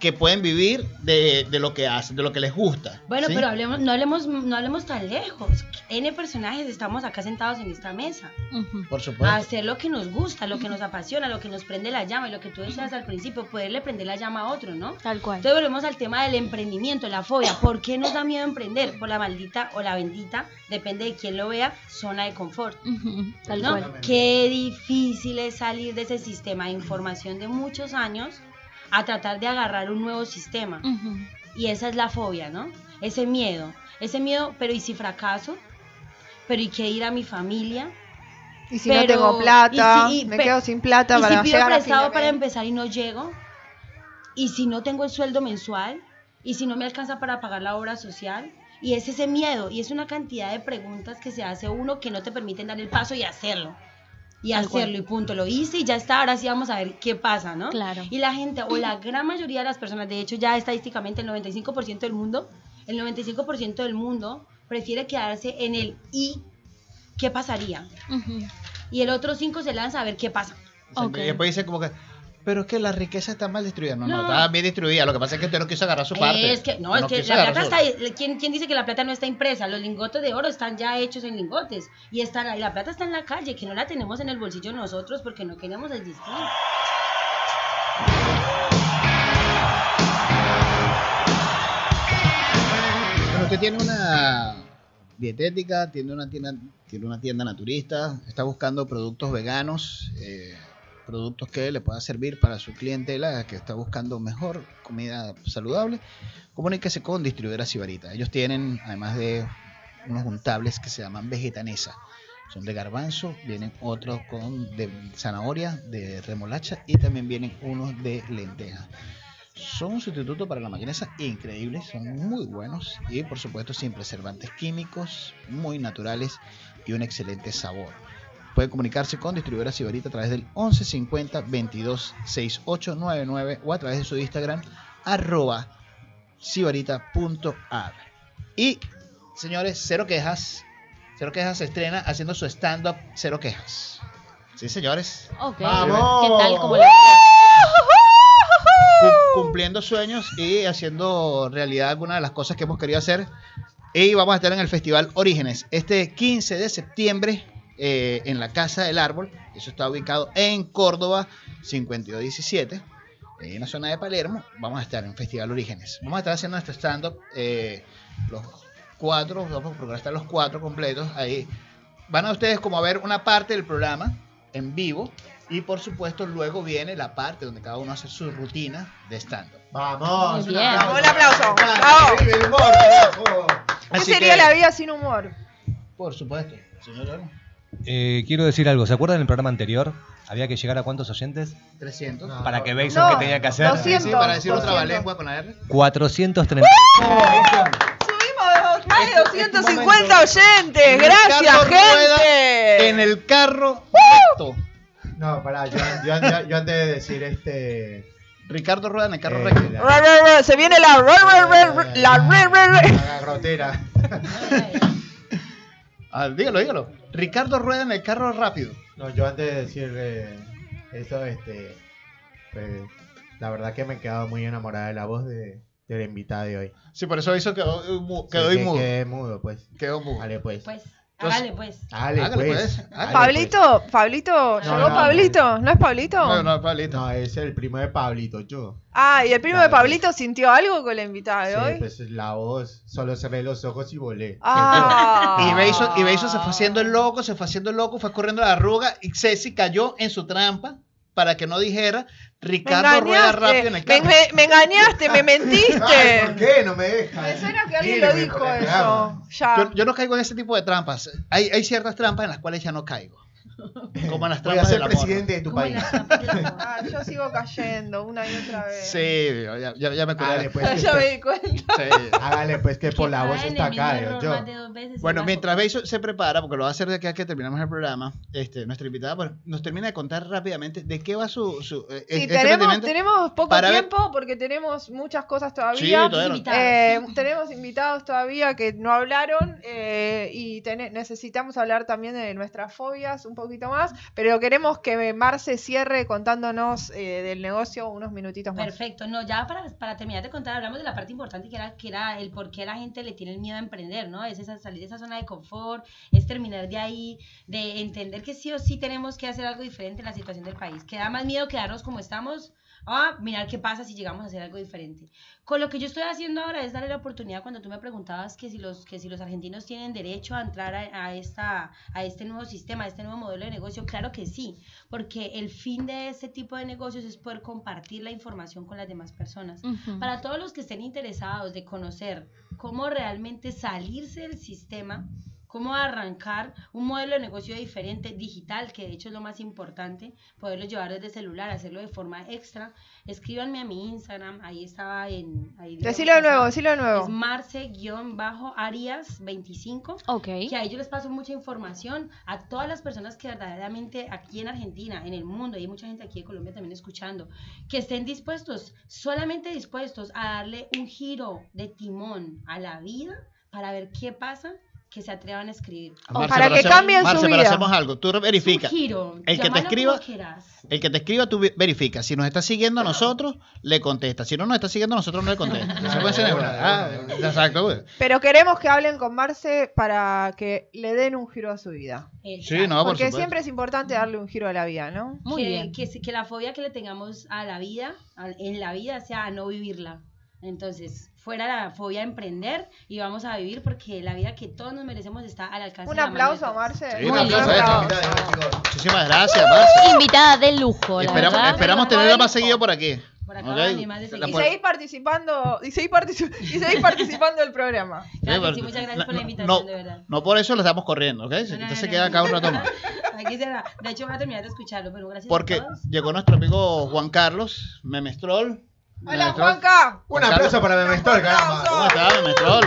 [SPEAKER 3] que pueden vivir de, de lo que hacen, de lo que les gusta.
[SPEAKER 8] Bueno,
[SPEAKER 3] ¿sí?
[SPEAKER 8] pero hablemos, no, hablemos, no hablemos tan lejos. N personajes estamos acá sentados en esta mesa.
[SPEAKER 6] Ujú.
[SPEAKER 3] Por supuesto.
[SPEAKER 8] A hacer lo que nos gusta, lo que nos apasiona, lo que nos prende la llama y lo que tú decías al principio, poderle prender la llama a otro, ¿no?
[SPEAKER 6] Tal cual.
[SPEAKER 8] Entonces volvemos al tema del emprendimiento, la fobia. ¿Por qué nos da miedo emprender? Por la maldita o la bendita, depende de quién lo vea, zona de confort.
[SPEAKER 6] Ujú, Tal
[SPEAKER 8] ¿no?
[SPEAKER 6] cual.
[SPEAKER 8] Qué difícil es salir de ese sistema de información de muchos años a tratar de agarrar un nuevo sistema.
[SPEAKER 6] Ujú.
[SPEAKER 8] Y esa es la fobia, ¿no? Ese miedo. Ese miedo, pero ¿y si fracaso? ¿Pero y qué ir a mi familia?
[SPEAKER 5] Y si no
[SPEAKER 8] Pero-
[SPEAKER 5] tengo plata,
[SPEAKER 8] y si- y
[SPEAKER 5] me
[SPEAKER 8] pe-
[SPEAKER 5] quedo sin plata
[SPEAKER 8] ¿Y
[SPEAKER 5] para
[SPEAKER 8] si pido
[SPEAKER 5] llegar a fin de
[SPEAKER 8] prestado para
[SPEAKER 5] mes?
[SPEAKER 8] empezar y no llego? ¿Y si no tengo el sueldo mensual? ¿Y si no me alcanza para pagar la obra social? Y es ese miedo, y es una cantidad de preguntas que se hace uno que no te permiten dar el paso y hacerlo. Y
[SPEAKER 6] Tal cual.
[SPEAKER 8] hacerlo, y punto, lo hice y ya está, ahora sí vamos a ver qué pasa, ¿no?
[SPEAKER 6] Claro.
[SPEAKER 8] Y la gente, o la gran mayoría de las personas, de hecho ya estadísticamente el 95% del mundo, el 95% del mundo prefiere quedarse en el y qué pasaría.
[SPEAKER 6] Ujú.
[SPEAKER 8] Y el otro 5 se lanza a ver qué pasa.
[SPEAKER 3] O sea,
[SPEAKER 6] Ok.
[SPEAKER 3] Y después dice como que, pero es que la riqueza está mal distribuida. No, no,
[SPEAKER 8] No.
[SPEAKER 3] está bien distribuida. Lo que pasa es que usted no quiso agarrar su parte. Este
[SPEAKER 8] Es que, no, es que
[SPEAKER 3] quiso
[SPEAKER 8] la
[SPEAKER 3] agarrar
[SPEAKER 8] plata
[SPEAKER 3] su-
[SPEAKER 8] está ¿quién, quién dice que la plata no está impresa? Los lingotes de oro están ya hechos en lingotes. Y están ahí, la plata está en la calle, que no la tenemos en el bolsillo nosotros porque no queremos existir.
[SPEAKER 3] Bueno, usted tiene una dietética, tiene una tienda, tiene una tienda naturista, está buscando productos veganos, eh, productos que le puedan servir para su clientela que está buscando mejor comida saludable. Comuníquese con Distribuidora Sibarita. Ellos tienen, además de unos juntables que se llaman vegetanesa. Son de garbanzo, vienen otros con de zanahoria, de remolacha y también vienen unos de lenteja son un sustituto para la mayonesa increíble, son muy buenos y por supuesto sin preservantes químicos, muy naturales y un excelente sabor. Puede comunicarse con Distribuidora Sibarita a través del 1150 22 6899 o a través de su Instagram arroba sibarita.ar. Y señores, Cero Quejas, Cero Quejas se estrena haciendo su stand-up Cero Quejas. Sí, señores,
[SPEAKER 6] Ok.
[SPEAKER 7] ¡Vamos!
[SPEAKER 6] ¿Qué tal? ¿Cómo la-
[SPEAKER 3] cu- cumpliendo sueños y haciendo realidad algunas de las cosas que hemos querido hacer. Y vamos a estar en el Festival Orígenes este 15 de septiembre eh, en la Casa del Árbol. Eso está ubicado en Córdoba 5217, en la zona de Palermo. Vamos a estar en Festival Orígenes. Vamos a estar haciendo nuestro stand-up eh, los cuatro, vamos a procurar estar los cuatro completos ahí. Van a ustedes como a ver una parte del programa en vivo y por supuesto luego viene la parte donde cada uno hace su rutina de stand-up.
[SPEAKER 7] ¡Vamos!
[SPEAKER 6] Muy
[SPEAKER 7] un
[SPEAKER 6] bien.
[SPEAKER 7] aplauso.
[SPEAKER 5] Un aplauso.
[SPEAKER 7] Dale,
[SPEAKER 5] Bravo.
[SPEAKER 7] ¡Vive el humor, carajo.
[SPEAKER 5] ¿Qué
[SPEAKER 3] Así
[SPEAKER 5] sería
[SPEAKER 3] que-
[SPEAKER 5] la vida sin humor?
[SPEAKER 3] Por supuesto, señor Lerma.
[SPEAKER 10] Eh, quiero decir algo. ¿Se acuerdan del programa anterior? Había que llegar a cuántos oyentes
[SPEAKER 3] 300.
[SPEAKER 7] No.
[SPEAKER 10] para que veis
[SPEAKER 5] No,
[SPEAKER 10] lo que tenía que hacer.
[SPEAKER 5] lo siento.
[SPEAKER 3] Sí, para decir otra
[SPEAKER 5] 200.
[SPEAKER 3] valengua con la R.
[SPEAKER 10] 430.
[SPEAKER 5] Subimos más de
[SPEAKER 3] Este-
[SPEAKER 5] 250
[SPEAKER 3] este
[SPEAKER 5] oyentes. Gracias,
[SPEAKER 3] Ricardo Rueda
[SPEAKER 5] gente.
[SPEAKER 3] En el carro recto.
[SPEAKER 7] No, pará, yo, yo- yo- yo antes de decir este.
[SPEAKER 3] Ricardo Rueda en el carro
[SPEAKER 7] eh,
[SPEAKER 3] recto.
[SPEAKER 7] la-
[SPEAKER 5] Ra, ra, ra, Se viene la. ra, ra, ra, ra, La. ra, ra, ra.
[SPEAKER 7] La garrotera.
[SPEAKER 3] Ah, dígalo, dígalo. Ricardo Rueda en el carro rápido.
[SPEAKER 7] No, yo antes de decir eh, eso, este. pues, la verdad que me he quedado muy enamorada de la voz de, de la invitada de hoy.
[SPEAKER 3] Sí, por eso hizo quedó, eh, mu-
[SPEAKER 7] Sí,
[SPEAKER 3] quedó
[SPEAKER 7] que-
[SPEAKER 3] y mudo.
[SPEAKER 7] Quedé mudo, pues.
[SPEAKER 3] Quedó mudo.
[SPEAKER 7] Dale, pues.
[SPEAKER 8] Pues,
[SPEAKER 3] Entonces-
[SPEAKER 8] hágale pues.
[SPEAKER 7] Dale,
[SPEAKER 3] Hágale,
[SPEAKER 7] pues.
[SPEAKER 3] pues.
[SPEAKER 7] Dale,
[SPEAKER 5] Pablito, Pablito,
[SPEAKER 7] No,
[SPEAKER 5] llegó
[SPEAKER 7] no,
[SPEAKER 5] Pablito, ¿no es Pablito?
[SPEAKER 3] No, no, Pablito.
[SPEAKER 7] pues. No, es el primo de Pablito, yo.
[SPEAKER 5] Ah, y el primo
[SPEAKER 7] No,
[SPEAKER 5] de
[SPEAKER 7] no.
[SPEAKER 5] Pablito sintió algo con la invitada de
[SPEAKER 7] Sí,
[SPEAKER 5] hoy.
[SPEAKER 7] pues la voz. Solo cerré los ojos y volé.
[SPEAKER 5] Ah.
[SPEAKER 3] Y Beiso, y Beiso se fue haciendo el loco, se fue haciendo el loco, fue corriendo la arruga y Ceci cayó en su trampa para que no dijera
[SPEAKER 5] Me
[SPEAKER 3] Ricardo Rueda rápido en
[SPEAKER 5] engañaste,
[SPEAKER 3] el
[SPEAKER 5] me,
[SPEAKER 3] carro.
[SPEAKER 5] me- me engañaste, me
[SPEAKER 7] Ay, ¿Por
[SPEAKER 5] mentiste.
[SPEAKER 7] qué no me deja?
[SPEAKER 5] Me suena que alguien
[SPEAKER 7] Mire,
[SPEAKER 5] lo
[SPEAKER 7] me
[SPEAKER 5] dijo
[SPEAKER 7] programa.
[SPEAKER 5] eso. Ya.
[SPEAKER 3] Yo, yo no caigo en ese tipo de trampas. Hay, hay ciertas trampas en las cuales ya no caigo. Coman las
[SPEAKER 7] Voy a
[SPEAKER 3] trampas
[SPEAKER 7] ser
[SPEAKER 3] del amor.
[SPEAKER 7] presidente de tu
[SPEAKER 8] Como
[SPEAKER 7] país.
[SPEAKER 8] la trampa del amor.
[SPEAKER 5] Ah, yo sigo cayendo una y otra vez.
[SPEAKER 3] Sí, este. ya, ya- ya me curé.
[SPEAKER 7] Hágale pues, que
[SPEAKER 5] ya me
[SPEAKER 7] esto-
[SPEAKER 5] di cuenta.
[SPEAKER 3] Sí.
[SPEAKER 7] hágale, pues, que por la
[SPEAKER 8] cae
[SPEAKER 7] voz
[SPEAKER 8] en el
[SPEAKER 7] está acá,
[SPEAKER 8] mismo
[SPEAKER 7] yo.
[SPEAKER 8] error
[SPEAKER 7] yo.
[SPEAKER 8] más de dos veces y
[SPEAKER 3] Bueno,
[SPEAKER 8] más-
[SPEAKER 3] mientras Beiso se prepara, porque lo va a hacer de aquí a que terminamos el programa, este, nuestra invitada pues, nos termina de contar rápidamente de qué va su, su eh,
[SPEAKER 5] Sí,
[SPEAKER 3] este
[SPEAKER 5] tenemos,
[SPEAKER 3] emprendimiento.
[SPEAKER 5] tenemos poco
[SPEAKER 3] para ver-
[SPEAKER 5] tiempo porque tenemos muchas cosas
[SPEAKER 3] Sí,
[SPEAKER 5] todavía.
[SPEAKER 3] todavía no.
[SPEAKER 8] Invitados.
[SPEAKER 5] Eh, tenemos invitados todavía que no hablaron eh, y tene- necesitamos hablar también de nuestras fobias un poquito más, pero queremos que Marce cierre contándonos eh, del negocio unos minutitos más.
[SPEAKER 8] Perfecto, no, ya para, para terminar de contar, hablamos de la parte importante que era, que era el por qué la gente le tiene el miedo a emprender, ¿no? Es esa, salir de esa zona de confort, es terminar de ahí, de entender que sí o sí tenemos que hacer algo diferente en la situación del país, que da más miedo quedarnos como estamos. a Ah, mirar qué pasa si llegamos a hacer algo diferente. Con lo que yo estoy haciendo ahora es darle la oportunidad cuando tú me preguntabas que si los, que si los argentinos tienen derecho a entrar a, a esta, a este nuevo sistema, a este nuevo modelo de negocio, claro que sí, porque el fin de este tipo de negocios es poder compartir la información con las demás personas.
[SPEAKER 6] Ujú.
[SPEAKER 8] Para todos los que estén interesados de conocer cómo realmente salirse del sistema, cómo arrancar un modelo de negocio diferente, digital, que de hecho es lo más importante, poderlo llevar desde celular, hacerlo de forma extra, escríbanme a mi Instagram, ahí estaba en... Ahí
[SPEAKER 5] Decilo de nuevo, decilo de nuevo.
[SPEAKER 8] Es marce-arias25
[SPEAKER 6] Ok.
[SPEAKER 8] que ahí yo les paso mucha información a todas las personas que verdaderamente aquí en Argentina, en el mundo, y hay mucha gente aquí de Colombia también escuchando, que estén dispuestos, solamente dispuestos a darle un giro de timón a la vida para ver qué pasa, que se atrevan a escribir.
[SPEAKER 3] Marce,
[SPEAKER 5] para
[SPEAKER 3] pero
[SPEAKER 5] que
[SPEAKER 3] hacemos-
[SPEAKER 5] cambien su
[SPEAKER 3] Marce, pero
[SPEAKER 5] vida.
[SPEAKER 3] hacemos algo. Tú verifica.
[SPEAKER 8] Un giro.
[SPEAKER 3] El que te
[SPEAKER 8] llámalo como
[SPEAKER 3] escriba-
[SPEAKER 8] quieras.
[SPEAKER 3] El que te escriba, tú ve- verifica. Si nos está siguiendo a nosotros, le contesta. Si no nos está siguiendo a nosotros, no le contesta. Eso puede ser
[SPEAKER 7] de
[SPEAKER 3] una-
[SPEAKER 7] una,
[SPEAKER 3] ah,
[SPEAKER 7] de una,
[SPEAKER 3] Exacto, güey.
[SPEAKER 5] Pero queremos que hablen con Marce para que le den un giro a su vida.
[SPEAKER 3] Sí,
[SPEAKER 8] Exacto.
[SPEAKER 3] no, por
[SPEAKER 5] Porque
[SPEAKER 3] supuesto.
[SPEAKER 5] siempre es importante darle un giro a la vida, ¿no?
[SPEAKER 6] Muy
[SPEAKER 8] que,
[SPEAKER 6] bien.
[SPEAKER 8] Que, se- que la fobia que le tengamos a la vida, a- en la vida, sea a no vivirla. Entonces, fuera la fobia a emprender y vamos a vivir porque la vida que todos nos merecemos está al alcance
[SPEAKER 5] Un
[SPEAKER 8] de la mano de
[SPEAKER 5] aplauso a
[SPEAKER 8] todos.
[SPEAKER 5] Marce.
[SPEAKER 3] Sí,
[SPEAKER 5] Un
[SPEAKER 3] un aplauso,
[SPEAKER 5] aplauso.
[SPEAKER 7] Mira, chicos,
[SPEAKER 3] Muchísimas gracias, Marce.
[SPEAKER 6] Invitada de lujo, la
[SPEAKER 3] Esperamos,
[SPEAKER 6] verdad.
[SPEAKER 3] esperamos
[SPEAKER 8] Bueno,
[SPEAKER 3] tenerla
[SPEAKER 8] bueno.
[SPEAKER 3] más seguido por aquí.
[SPEAKER 8] Por acá
[SPEAKER 3] ¿ok?
[SPEAKER 8] van y más de seguido.
[SPEAKER 3] La
[SPEAKER 5] Y
[SPEAKER 3] puer-
[SPEAKER 5] seguís participando, y seguís, partici- y seguís participando del programa.
[SPEAKER 8] Claro que sí,
[SPEAKER 3] Sí,
[SPEAKER 8] muchas gracias
[SPEAKER 3] no-
[SPEAKER 8] por la
[SPEAKER 3] no-
[SPEAKER 8] invitación, de verdad.
[SPEAKER 3] No por eso la estamos corriendo, ¿ok?
[SPEAKER 8] No, no,
[SPEAKER 3] Entonces
[SPEAKER 8] no,
[SPEAKER 3] se
[SPEAKER 8] no,
[SPEAKER 3] queda
[SPEAKER 8] no.
[SPEAKER 3] acá un rato más.
[SPEAKER 8] Aquí se va. De hecho, voy a terminar de escucharlo, pero gracias a
[SPEAKER 3] Porque
[SPEAKER 8] todos.
[SPEAKER 3] llegó nuestro amigo Juan Carlos, Memestrol.
[SPEAKER 5] Hola,
[SPEAKER 3] Memestrol.
[SPEAKER 5] Juanca.
[SPEAKER 7] Un aplauso para Memestor, caramba.
[SPEAKER 5] aplauso.
[SPEAKER 3] ¿Cómo está, Memestrol?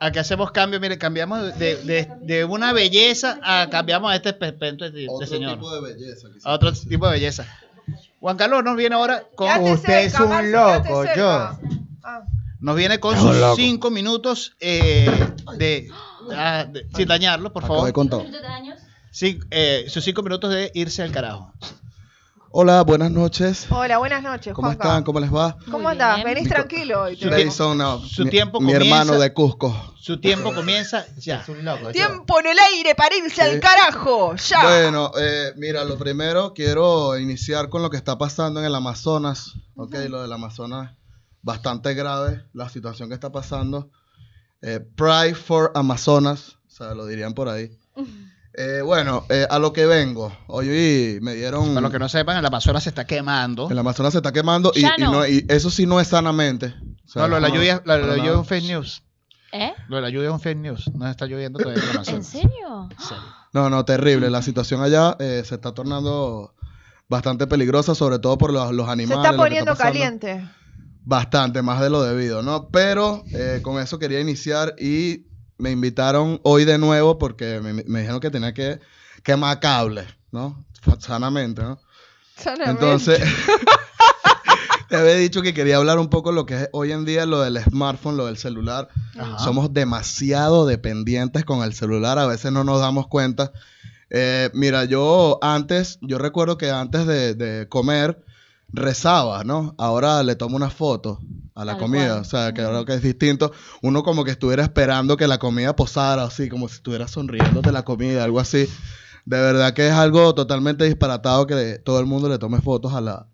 [SPEAKER 3] A- Aquí hacemos cambios, mire, cambiamos de, de- de una belleza a cambiamos a este perpento de, de señor.
[SPEAKER 4] de belleza. que
[SPEAKER 3] A otro
[SPEAKER 4] se-
[SPEAKER 3] tipo de belleza. Juan Carlos nos viene ahora con,
[SPEAKER 5] Quédate
[SPEAKER 7] Usted es
[SPEAKER 5] cerca,
[SPEAKER 7] un
[SPEAKER 5] Marce,
[SPEAKER 7] loco,
[SPEAKER 5] quédate
[SPEAKER 7] yo.
[SPEAKER 5] cerca. Ah.
[SPEAKER 3] nos viene con sus cinco minutos eh, de, ah, de- sin dañarlo, por
[SPEAKER 4] Acabé
[SPEAKER 3] favor.
[SPEAKER 4] con todo.
[SPEAKER 8] ¿Cuántos años?
[SPEAKER 3] Sí, eh, sus cinco minutos de irse al carajo.
[SPEAKER 4] Hola, buenas noches.
[SPEAKER 5] Hola, buenas noches,
[SPEAKER 4] ¿Cómo
[SPEAKER 5] Juanca.
[SPEAKER 4] están? ¿Cómo les va?
[SPEAKER 5] ¿Cómo
[SPEAKER 6] Muy
[SPEAKER 5] andás?
[SPEAKER 6] bien.
[SPEAKER 5] Venís
[SPEAKER 4] Nico-
[SPEAKER 5] tranquilo hoy. te
[SPEAKER 3] Su-
[SPEAKER 5] veo.
[SPEAKER 4] Jason, no,
[SPEAKER 3] su
[SPEAKER 4] mi-
[SPEAKER 3] tiempo
[SPEAKER 4] mi
[SPEAKER 3] comienza-
[SPEAKER 4] hermano de Cusco.
[SPEAKER 3] Su tiempo comienza ya.
[SPEAKER 7] Es un loco, yo.
[SPEAKER 3] este.
[SPEAKER 5] Tiempo en el aire para irse al carajo. Ya.
[SPEAKER 4] Bueno, eh, mira, lo primero quiero iniciar con lo que está pasando en el Amazonas. Ok, lo del Amazonas, bastante grave, la situación que está pasando. Eh, Pride for Amazonas, o sea, lo dirían por ahí. Eh, bueno, eh, a lo que vengo. Hoy me dieron...
[SPEAKER 3] Para los que no sepan, el Amazonas se está quemando.
[SPEAKER 4] El Amazonas se está quemando y,
[SPEAKER 6] Ya
[SPEAKER 4] y
[SPEAKER 6] no.
[SPEAKER 4] no- y eso sí no es sanamente. O sea,
[SPEAKER 3] No, lo de la
[SPEAKER 4] como-
[SPEAKER 3] lluvia, lo de la
[SPEAKER 4] para
[SPEAKER 3] lluvia es
[SPEAKER 4] nada.
[SPEAKER 3] un fake news.
[SPEAKER 6] ¿Eh?
[SPEAKER 3] Lo de la lluvia es un fake news. No está lloviendo todavía en el
[SPEAKER 6] ¿En
[SPEAKER 3] Amazonas.
[SPEAKER 6] serio?
[SPEAKER 4] No, no, terrible. La situación allá eh, se está tornando bastante peligrosa, sobre todo por los, los
[SPEAKER 5] Se
[SPEAKER 4] animales.
[SPEAKER 5] está
[SPEAKER 4] lo que
[SPEAKER 5] poniendo
[SPEAKER 4] pasando.
[SPEAKER 5] caliente.
[SPEAKER 4] Bastante, más de lo debido, ¿no? Pero eh, con eso quería iniciar y me invitaron hoy de nuevo porque me, me dijeron que tenía que quemar cables, ¿no? Sanamente, ¿no?
[SPEAKER 5] Sanamente.
[SPEAKER 4] Entonces, te había dicho que quería hablar un poco lo que es hoy en día lo del smartphone, lo del celular.
[SPEAKER 3] Ajá.
[SPEAKER 4] Somos demasiado dependientes con el celular, a veces no nos damos cuenta. Eh, mira, yo antes, yo recuerdo que antes de, de comer rezaba, ¿no? Ahora le tomo una foto a la
[SPEAKER 6] Tal
[SPEAKER 4] comida,
[SPEAKER 6] cual.
[SPEAKER 4] o sea, que creo que es distinto. Uno como que estuviera esperando que la comida posara, así, como si estuviera sonriéndote la comida, algo así. De verdad que es algo totalmente disparatado que le- todo el mundo le tome fotos a la...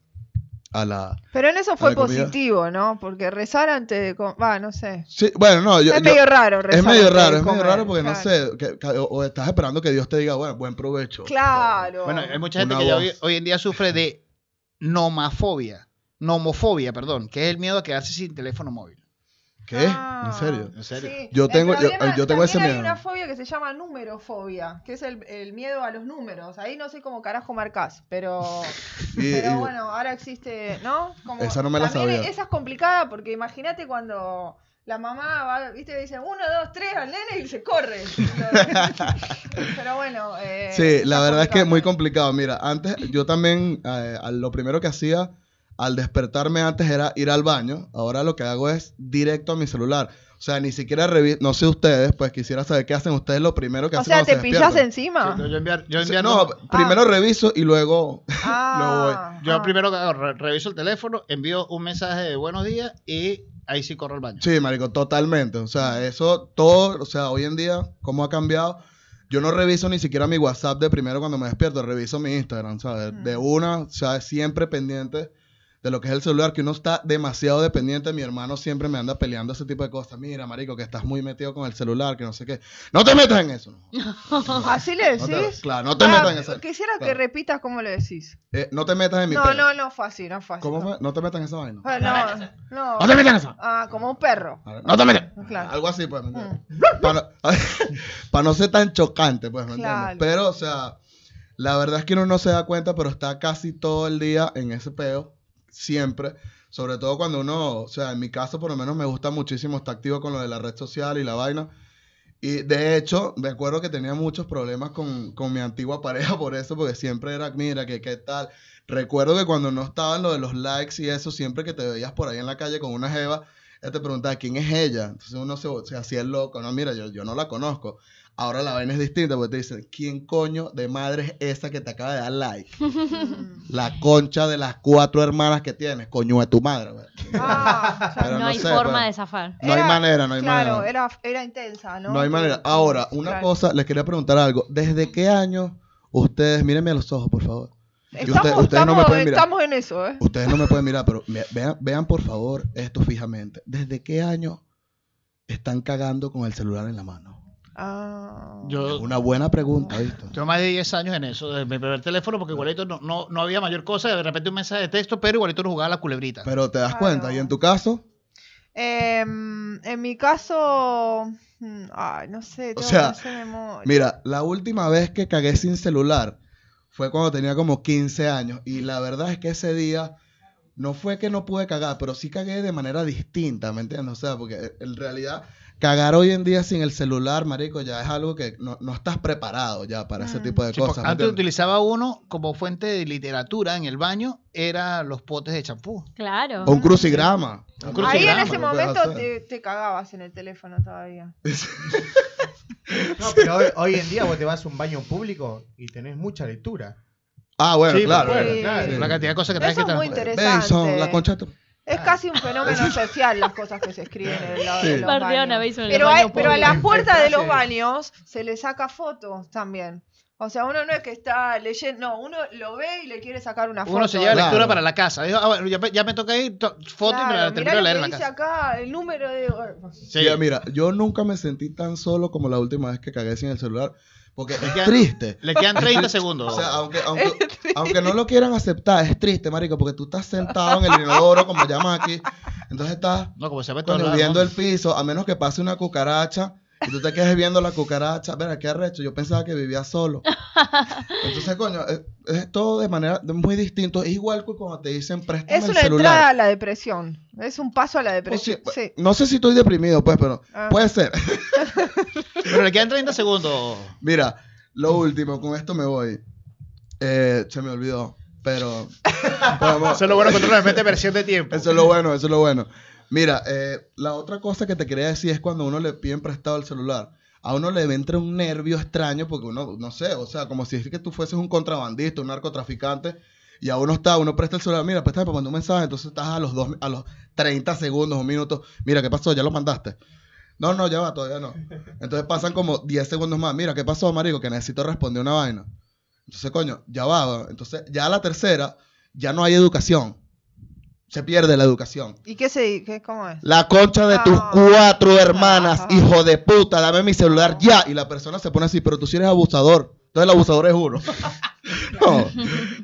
[SPEAKER 4] A la
[SPEAKER 5] Pero en eso fue
[SPEAKER 4] la comida.
[SPEAKER 5] positivo, ¿no? Porque rezar antes de. com- Va, no sé.
[SPEAKER 4] Sí, bueno, no, yo...
[SPEAKER 5] es
[SPEAKER 4] yo-
[SPEAKER 5] medio raro rezar.
[SPEAKER 4] es medio
[SPEAKER 5] antes de
[SPEAKER 4] raro, es medio
[SPEAKER 5] comer,
[SPEAKER 4] raro porque no
[SPEAKER 5] claro.
[SPEAKER 4] sé, que- que- o, o estás esperando que Dios te diga, bueno, buen provecho.
[SPEAKER 5] Claro.
[SPEAKER 3] Bueno, hay mucha gente
[SPEAKER 4] Una
[SPEAKER 3] que ya
[SPEAKER 4] voz.
[SPEAKER 3] hoy, hoy en día sufre de nomafobia. Nomofobia, perdón. Que es el miedo a quedarse sin teléfono móvil.
[SPEAKER 4] ¿Qué? ¿En serio?
[SPEAKER 3] ¿En serio?
[SPEAKER 5] Ah, Sí.
[SPEAKER 4] Yo
[SPEAKER 5] El
[SPEAKER 4] tengo, yo,
[SPEAKER 5] problema-
[SPEAKER 4] yo tengo ese
[SPEAKER 5] también
[SPEAKER 4] miedo.
[SPEAKER 5] Hay una fobia que se llama numerofobia, que es el, el miedo a los números. Ahí no sé cómo carajo marcas, pero,
[SPEAKER 4] Y-
[SPEAKER 5] pero
[SPEAKER 4] y-
[SPEAKER 5] bueno, ahora existe, ¿no? Como-
[SPEAKER 4] Esa no me la
[SPEAKER 5] también
[SPEAKER 4] sabía.
[SPEAKER 5] Esa es complicada porque imagínate cuando la mamá va, viste, le dice uno, dos, tres al nene y se corre. pero bueno, eh,
[SPEAKER 4] Sí, la
[SPEAKER 5] está
[SPEAKER 4] verdad es que es
[SPEAKER 5] complicado.
[SPEAKER 4] muy complicado. Mira, antes yo también, eh, a lo primero que hacía al despertarme antes era ir al baño. Ahora lo que hago es directo a mi celular. O sea, ni siquiera reviso, no sé ustedes, pues quisiera saber qué hacen ustedes lo primero que
[SPEAKER 5] O
[SPEAKER 4] hacen.
[SPEAKER 5] sea,
[SPEAKER 4] cuando
[SPEAKER 5] te
[SPEAKER 4] se
[SPEAKER 5] pillas
[SPEAKER 4] despiertan.
[SPEAKER 5] encima.
[SPEAKER 3] Yo, yo enviar, yo
[SPEAKER 4] O sea,
[SPEAKER 3] enviar
[SPEAKER 4] no, primero reviso y luego no voy.
[SPEAKER 5] Ah,
[SPEAKER 3] Yo primero que hago, re- reviso el teléfono, envío un mensaje de buenos días y ahí sí corro al baño.
[SPEAKER 4] Sí, marico, totalmente. O sea, eso todo, o sea, hoy en día, cómo ha cambiado. Yo no reviso ni siquiera mi WhatsApp de primero cuando me despierto, reviso mi Instagram, ¿sabes? De una, o sea, siempre pendiente de lo que es el celular, que uno está demasiado dependiente. Mi hermano siempre me anda peleando ese tipo de cosas. Mira, marico, que estás muy metido con el celular, que no sé qué. ¡No te metas en eso! No,
[SPEAKER 5] ¿Así le
[SPEAKER 4] No
[SPEAKER 5] decís?
[SPEAKER 4] te- claro, no te metas en
[SPEAKER 5] Ah,
[SPEAKER 4] eso.
[SPEAKER 5] Quisiera que
[SPEAKER 4] Claro.
[SPEAKER 5] repitas cómo lo decís.
[SPEAKER 4] Eh, no te metas en mi
[SPEAKER 5] No,
[SPEAKER 4] pelo.
[SPEAKER 5] no, no fue así, no fue así.
[SPEAKER 4] ¿Cómo fue? No te metas en esa vaina.
[SPEAKER 5] Ah, No, no.
[SPEAKER 4] No te metas en eso.
[SPEAKER 5] Ah, como un perro.
[SPEAKER 4] No te metas.
[SPEAKER 5] Claro.
[SPEAKER 4] Algo así, pues. Para, para no ser tan chocante, pues, ¿me
[SPEAKER 5] Claro.
[SPEAKER 4] entiendes? Pero, o sea, la verdad es que uno no se da cuenta, pero está casi todo el día en ese peo, siempre. Sobre todo cuando uno, o sea, en mi caso por lo menos me gusta muchísimo estar activo con lo de la red social y la vaina. Y de hecho, me acuerdo que tenía muchos problemas con, con mi antigua pareja por eso, porque siempre era, mira, que qué tal. Recuerdo que cuando no estaban lo de los likes y eso, siempre que te veías por ahí en la calle con una jeva, ella te preguntaba quién es ella. Entonces uno se, se hacía el loco, no, mira, yo, yo no la conozco. Ahora la vaina es distinta, porque te dicen, ¿quién coño de madre es esa que te acaba de dar like? La concha de las cuatro hermanas que tienes, coño de tu madre. güey.
[SPEAKER 5] Ah,
[SPEAKER 4] Pero
[SPEAKER 6] no,
[SPEAKER 4] no
[SPEAKER 6] hay
[SPEAKER 4] sé,
[SPEAKER 6] forma
[SPEAKER 4] pero-
[SPEAKER 6] de zafar.
[SPEAKER 4] No hay
[SPEAKER 5] Era-
[SPEAKER 4] manera, no hay
[SPEAKER 5] claro,
[SPEAKER 4] manera.
[SPEAKER 5] era, era intensa, ¿no?
[SPEAKER 4] No hay manera. Ahora, una
[SPEAKER 5] Claro.
[SPEAKER 4] cosa, les quería preguntar algo. ¿Desde qué año ustedes, mírenme a los ojos, por favor? Y
[SPEAKER 5] Estamos,
[SPEAKER 4] usted- ustedes no me
[SPEAKER 5] estamos-
[SPEAKER 4] pueden mirar.
[SPEAKER 5] estamos en eso, ¿eh?
[SPEAKER 4] Ustedes no me pueden mirar, pero me- vean, vean por favor esto fijamente. ¿Desde qué año están cagando con el celular en la mano?
[SPEAKER 5] Ah.
[SPEAKER 4] Es
[SPEAKER 3] Yo,
[SPEAKER 4] una buena pregunta, ¿viste?
[SPEAKER 3] yo más de 10 años en eso, desde mi primer teléfono, porque igualito no, no, no había mayor cosa, de repente un mensaje de texto, pero igualito no jugaba a la culebrita.
[SPEAKER 4] Pero te das cuenta, y en tu caso,
[SPEAKER 5] Em, en mi caso, mm, ay, no sé, tengo
[SPEAKER 4] sea,
[SPEAKER 5] que hacer memoria.
[SPEAKER 4] mira, la última vez que cagué sin celular fue cuando tenía como 15 años y la verdad es que ese día no fue que no pude cagar, pero sí cagué de manera distinta, ¿me entiendes? O sea, porque eh, en realidad cagar hoy en día sin el celular, marico, ya es algo que no, no estás preparado ya para ese tipo de
[SPEAKER 3] Sí, porque
[SPEAKER 4] cosas. ¿me
[SPEAKER 3] antes
[SPEAKER 4] entiendes?
[SPEAKER 3] utilizaba uno como fuente de literatura en el baño, era los potes de champú.
[SPEAKER 6] Claro.
[SPEAKER 4] O un crucigrama.
[SPEAKER 3] Un
[SPEAKER 5] Ahí en
[SPEAKER 3] crucigrama,
[SPEAKER 5] ese
[SPEAKER 4] lo puedes
[SPEAKER 5] momento
[SPEAKER 4] hacer.
[SPEAKER 5] te, te cagabas en el teléfono todavía.
[SPEAKER 7] No, pero hoy, hoy en día vos te vas a un baño público y tenés mucha lectura.
[SPEAKER 4] Ah, bueno,
[SPEAKER 3] Sí,
[SPEAKER 4] claro.
[SPEAKER 5] pues,
[SPEAKER 4] bueno,
[SPEAKER 5] claro.
[SPEAKER 4] sí.
[SPEAKER 3] La cantidad de cosas que
[SPEAKER 5] Eso
[SPEAKER 3] tenés que
[SPEAKER 5] es muy
[SPEAKER 3] estar-
[SPEAKER 5] interesante.
[SPEAKER 4] Benson, la concha de tu-
[SPEAKER 3] Ah.
[SPEAKER 5] Es casi un fenómeno social las cosas que se escriben en, la- en los
[SPEAKER 6] Bardeona,
[SPEAKER 5] baños.
[SPEAKER 6] veis, en el
[SPEAKER 5] Pero,
[SPEAKER 6] baño
[SPEAKER 5] hay- pero a
[SPEAKER 6] público.
[SPEAKER 5] las puertas de los
[SPEAKER 7] Sí.
[SPEAKER 5] baños se le saca fotos también. O sea, uno no es que está leyendo, no, uno lo ve y le quiere sacar una foto.
[SPEAKER 3] Uno se lleva
[SPEAKER 4] Claro.
[SPEAKER 3] lectura para la casa. Dijo, ah, bueno, ya, me- ya me toca ir, to- foto y me
[SPEAKER 5] Claro,
[SPEAKER 3] la termino
[SPEAKER 5] mirá
[SPEAKER 3] de
[SPEAKER 5] lo
[SPEAKER 3] leer
[SPEAKER 5] que
[SPEAKER 3] en la
[SPEAKER 5] dice
[SPEAKER 3] casa.
[SPEAKER 5] acá, el número de...
[SPEAKER 3] Sí.
[SPEAKER 4] Mira, mira, yo nunca me sentí tan solo como la última vez que cagué sin el celular, porque es
[SPEAKER 3] quedan-
[SPEAKER 4] triste.
[SPEAKER 3] Le quedan 30 segundos.
[SPEAKER 4] O sea, ah, aunque, aunque, aunque no lo quieran aceptar, es triste, marico, porque tú estás sentado en el inodoro, como llaman aquí, entonces estás
[SPEAKER 3] no, como se ve todo
[SPEAKER 4] coño,
[SPEAKER 3] lado,
[SPEAKER 4] viendo
[SPEAKER 3] ¿no?
[SPEAKER 4] el piso, a menos que pase una cucaracha, y tú te quedes viendo la cucaracha, verá, qué arrecho, yo pensaba que vivía solo. Entonces, coño, es, es todo de manera de- muy distinto, es igual que cuando te dicen préstame
[SPEAKER 5] Es
[SPEAKER 4] el
[SPEAKER 5] una
[SPEAKER 4] celular.
[SPEAKER 5] entrada a la depresión. Es un paso a la
[SPEAKER 3] Pues
[SPEAKER 4] O sea,
[SPEAKER 5] depresión. Sí.
[SPEAKER 4] No sé si estoy deprimido, pues, pero
[SPEAKER 5] Ah.
[SPEAKER 4] puede ser.
[SPEAKER 3] Pero le quedan 30 segundos.
[SPEAKER 4] Mira, lo último, con esto me voy. Eh, se me olvidó, pero... podemos-
[SPEAKER 3] Eso es lo bueno cuando uno le mete versión de tiempo.
[SPEAKER 4] Eso es lo bueno, eso es lo bueno. Mira, eh, la otra cosa que te quería decir es cuando uno le piden prestado el celular. A uno le entra un nervio extraño porque uno, no sé, o sea, como si es que tú fueses un contrabandista, un narcotraficante, y a uno está, uno presta el celular, mira, préstame para mandar un mensaje, entonces estás a los, dos, a los 30 segundos, un minuto, mira, ¿qué pasó? Ya lo mandaste. No, no, ya va, todavía no. Entonces pasan como 10 segundos más, mira, ¿qué pasó, marico? Que necesito responder una vaina. Entonces, coño, ya va. Entonces, ya a la tercera, ya no hay educación. Se pierde la educación.
[SPEAKER 5] ¿Y qué se qué, cómo es?
[SPEAKER 4] La concha de tus
[SPEAKER 5] Ah.
[SPEAKER 4] cuatro hermanas,
[SPEAKER 5] Ah.
[SPEAKER 4] hijo de puta, dame mi celular ya. Y la persona se pone así, pero tú sí eres abusador. Oh, Entonces el abusador es uno. no.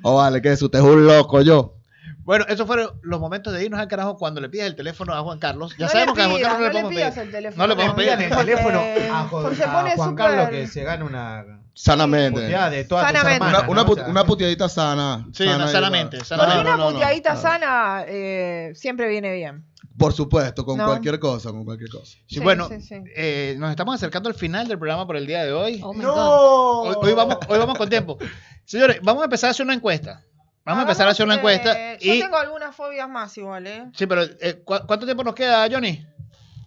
[SPEAKER 4] O vale, que eso, usted es un loco yo.
[SPEAKER 3] Bueno, esos fueron los momentos de irnos al carajo cuando le pides el teléfono a Juan Carlos. Ya
[SPEAKER 5] No
[SPEAKER 3] sabemos
[SPEAKER 5] le
[SPEAKER 3] que a Juan
[SPEAKER 5] pidas,
[SPEAKER 3] Carlos no le
[SPEAKER 5] no le
[SPEAKER 3] podemos
[SPEAKER 5] pidas
[SPEAKER 3] pedir.
[SPEAKER 5] el teléfono.
[SPEAKER 3] No le podemos
[SPEAKER 5] No
[SPEAKER 3] pedir
[SPEAKER 5] le
[SPEAKER 3] el
[SPEAKER 5] pidas el
[SPEAKER 3] teléfono.
[SPEAKER 5] teléfono.
[SPEAKER 7] A, jo-
[SPEAKER 5] Porque se
[SPEAKER 7] a
[SPEAKER 5] pone
[SPEAKER 7] Juan
[SPEAKER 5] súper-
[SPEAKER 7] Carlos que se gana una
[SPEAKER 4] Sanamente.
[SPEAKER 7] puteada de todas tus
[SPEAKER 5] Sanamente.
[SPEAKER 7] hermanas,
[SPEAKER 4] Una, una
[SPEAKER 7] ¿no? O
[SPEAKER 4] put-
[SPEAKER 7] sea,
[SPEAKER 4] una puteadita sana.
[SPEAKER 3] Sí, Ah, no,
[SPEAKER 4] y-
[SPEAKER 3] sanamente,
[SPEAKER 4] No,
[SPEAKER 5] Porque
[SPEAKER 3] sanamente.
[SPEAKER 5] una
[SPEAKER 4] no, no, no.
[SPEAKER 5] puteadita
[SPEAKER 3] Ah.
[SPEAKER 4] Claro.
[SPEAKER 5] sana eh, siempre viene bien.
[SPEAKER 4] Por supuesto, con
[SPEAKER 5] No.
[SPEAKER 4] cualquier cosa, con cualquier cosa.
[SPEAKER 3] Sí,
[SPEAKER 5] Sí,
[SPEAKER 3] bueno,
[SPEAKER 5] sí, sí.
[SPEAKER 3] eh, nos estamos acercando al final del programa por el día de hoy.
[SPEAKER 6] Oh my God.
[SPEAKER 7] ¡No!
[SPEAKER 3] Hoy, hoy vamos,
[SPEAKER 5] Ah,
[SPEAKER 3] hoy vamos con tiempo. Señores, vamos a empezar a hacer una encuesta. Vamos a empezar a hacer una
[SPEAKER 5] Hagamos,
[SPEAKER 3] encuesta.
[SPEAKER 5] eh,
[SPEAKER 3] Y,
[SPEAKER 5] Yo tengo algunas fobias más igual, ¿eh?
[SPEAKER 3] sí, pero eh, ¿cu- ¿cuánto tiempo nos queda, Johnny?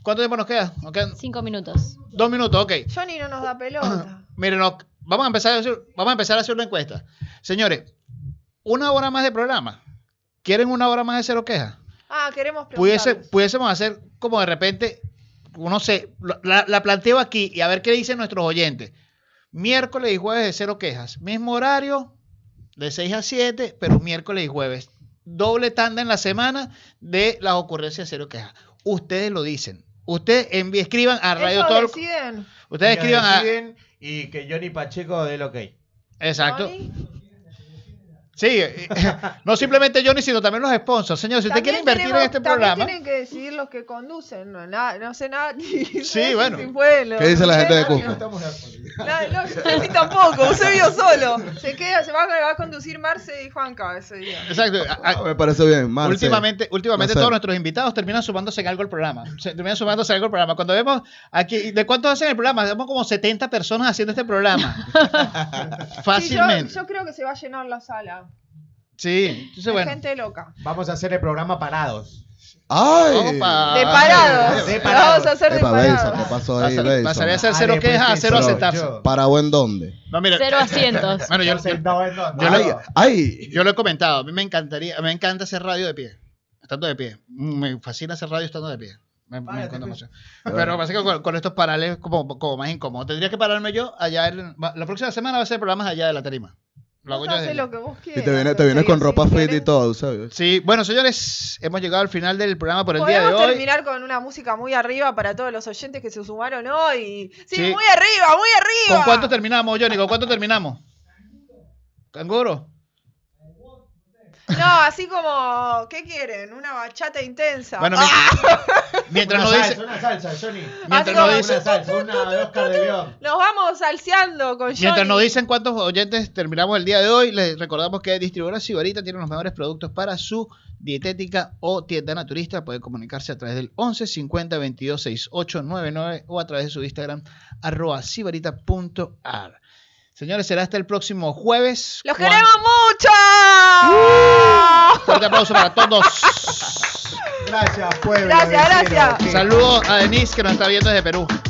[SPEAKER 3] ¿Cuánto tiempo nos queda? Nos quedan
[SPEAKER 6] Cinco minutos.
[SPEAKER 3] dos minutos, ok.
[SPEAKER 5] Johnny no nos da pelota.
[SPEAKER 3] Miren, no, vamos, a empezar a hacer, vamos a empezar a hacer una encuesta. Señores, una hora más de programa. ¿Quieren una hora más de cero quejas?
[SPEAKER 5] Ah, queremos
[SPEAKER 3] Pudiese,
[SPEAKER 5] preguntarles.
[SPEAKER 3] pudiésemos hacer como de repente, no sé, la, la planteo aquí y a ver qué dicen nuestros oyentes. Miércoles y jueves de cero quejas. Mismo horario, de 6 a 7, pero miércoles y jueves. Doble tanda en la semana de las ocurrencias de cero quejas. Ustedes lo dicen. Ustedes envi- escriban a Radio
[SPEAKER 5] Ellos
[SPEAKER 3] Talk.
[SPEAKER 5] deciden.
[SPEAKER 3] Ustedes
[SPEAKER 7] Niños
[SPEAKER 3] escriban a.
[SPEAKER 7] deciden Y que Johnny Pacheco dé lo que hay.
[SPEAKER 3] Exacto.
[SPEAKER 5] Johnny.
[SPEAKER 3] Sí, eh, no simplemente Johnny, sino también los sponsors. Señor, si usted quiere
[SPEAKER 5] También
[SPEAKER 3] invertir
[SPEAKER 5] tenemos-
[SPEAKER 3] en este
[SPEAKER 5] también
[SPEAKER 3] programa,
[SPEAKER 5] tienen que decidir los que conducen. No, nada, no sé nada.
[SPEAKER 3] Sí, bueno.
[SPEAKER 4] ¿Qué dice la gente de Cusco?
[SPEAKER 5] No, no, yo- yo tampoco, se vio solo. Se queda, se va, a- va a conducir Marce y Juanca ese día.
[SPEAKER 3] exacto. a-
[SPEAKER 4] Ah, me parece bien, Marce.
[SPEAKER 3] últimamente, últimamente
[SPEAKER 4] Marcel.
[SPEAKER 3] todos nuestros invitados terminan sumándose en algo al programa. Se- terminan sumándose en algo al programa. Cuando vemos aquí, ¿de cuántos hacen el programa? Tenemos como 70 personas haciendo este programa.
[SPEAKER 5] Sí, yo,
[SPEAKER 3] Fácilmente.
[SPEAKER 5] yo creo que se va a llenar la sala.
[SPEAKER 3] Sí, entonces
[SPEAKER 5] de
[SPEAKER 3] bueno.
[SPEAKER 5] gente loca.
[SPEAKER 7] Vamos a hacer el programa parados.
[SPEAKER 4] ¡Ay!
[SPEAKER 3] Vamos pa-
[SPEAKER 5] Ah, De parados.
[SPEAKER 7] de
[SPEAKER 5] Vamos a hacer de
[SPEAKER 4] Epa, Bason, ¿qué
[SPEAKER 5] parados.
[SPEAKER 4] pasó ahí,
[SPEAKER 3] Pasa-
[SPEAKER 4] Bason?
[SPEAKER 3] pasaré a hacer cero
[SPEAKER 7] Ale,
[SPEAKER 3] quejas, a
[SPEAKER 7] pues,
[SPEAKER 3] cero
[SPEAKER 7] yo-
[SPEAKER 3] aceptarse.
[SPEAKER 7] yo-
[SPEAKER 4] ¿Para o en dónde?
[SPEAKER 3] No, mira.
[SPEAKER 6] Cero asientos.
[SPEAKER 3] Bueno, yo, yo-
[SPEAKER 7] Sentado en dos,
[SPEAKER 3] yo
[SPEAKER 7] no.
[SPEAKER 4] ¡Ay! ay.
[SPEAKER 3] yo lo he comentado. A mí me encantaría, me encanta hacer radio de pie. Estando de pie. Me fascina hacer radio estando de pie. Me, me encanta
[SPEAKER 5] pues.
[SPEAKER 3] mucho. Pero parece que con, con estos paralelos como, como más incómodo. Tendría que pararme yo allá. en- va- la próxima semana va a ser programas allá de la tarima. Lo hago
[SPEAKER 5] Vos
[SPEAKER 3] yo desde
[SPEAKER 5] haces
[SPEAKER 3] allá.
[SPEAKER 5] lo que vos
[SPEAKER 4] Y
[SPEAKER 5] quieras.
[SPEAKER 4] te vienes, te vienes
[SPEAKER 5] pero
[SPEAKER 4] con
[SPEAKER 5] si
[SPEAKER 4] ropa fit y
[SPEAKER 5] querés-
[SPEAKER 4] todo, ¿sabes?
[SPEAKER 3] Sí, bueno, señores, hemos llegado al final del programa por el día de
[SPEAKER 5] Podemos
[SPEAKER 3] hoy.
[SPEAKER 5] terminar con una música muy arriba para todos los oyentes que se sumaron hoy. Sí,
[SPEAKER 3] Sí.
[SPEAKER 5] muy arriba, muy arriba.
[SPEAKER 3] ¿Con cuánto terminamos, Johnny? ¿Con cuánto terminamos? ¿Canguro?
[SPEAKER 5] No, así como, ¿qué quieren? Una bachata intensa.
[SPEAKER 3] Bueno,
[SPEAKER 5] Ah,
[SPEAKER 3] mi- mientras
[SPEAKER 7] Una
[SPEAKER 3] nos
[SPEAKER 7] salsa,
[SPEAKER 3] dice.
[SPEAKER 7] Una salsa, Johnny.
[SPEAKER 3] Mientras
[SPEAKER 5] no
[SPEAKER 7] Una
[SPEAKER 5] dice-
[SPEAKER 7] salsa, una de Oscar de León.
[SPEAKER 5] nos vamos salseando con Johnny.
[SPEAKER 3] Mientras nos dicen cuántos oyentes terminamos el día de hoy, les recordamos que Distribuidora Sibarita tiene los mejores productos para su dietética o tienda naturista. Pueden comunicarse a través del 11 50 22 68 99 o a través de su Instagram, arroba sibarita.ar. Señores, será hasta el próximo jueves.
[SPEAKER 5] ¡Los
[SPEAKER 3] Cuan-
[SPEAKER 5] queremos mucho!
[SPEAKER 3] Fuerte aplauso para todos.
[SPEAKER 7] Gracias, pueblo.
[SPEAKER 5] Gracias,
[SPEAKER 7] vecino,
[SPEAKER 5] gracias.
[SPEAKER 7] que-
[SPEAKER 3] Saludos a Denise que nos está viendo desde Perú.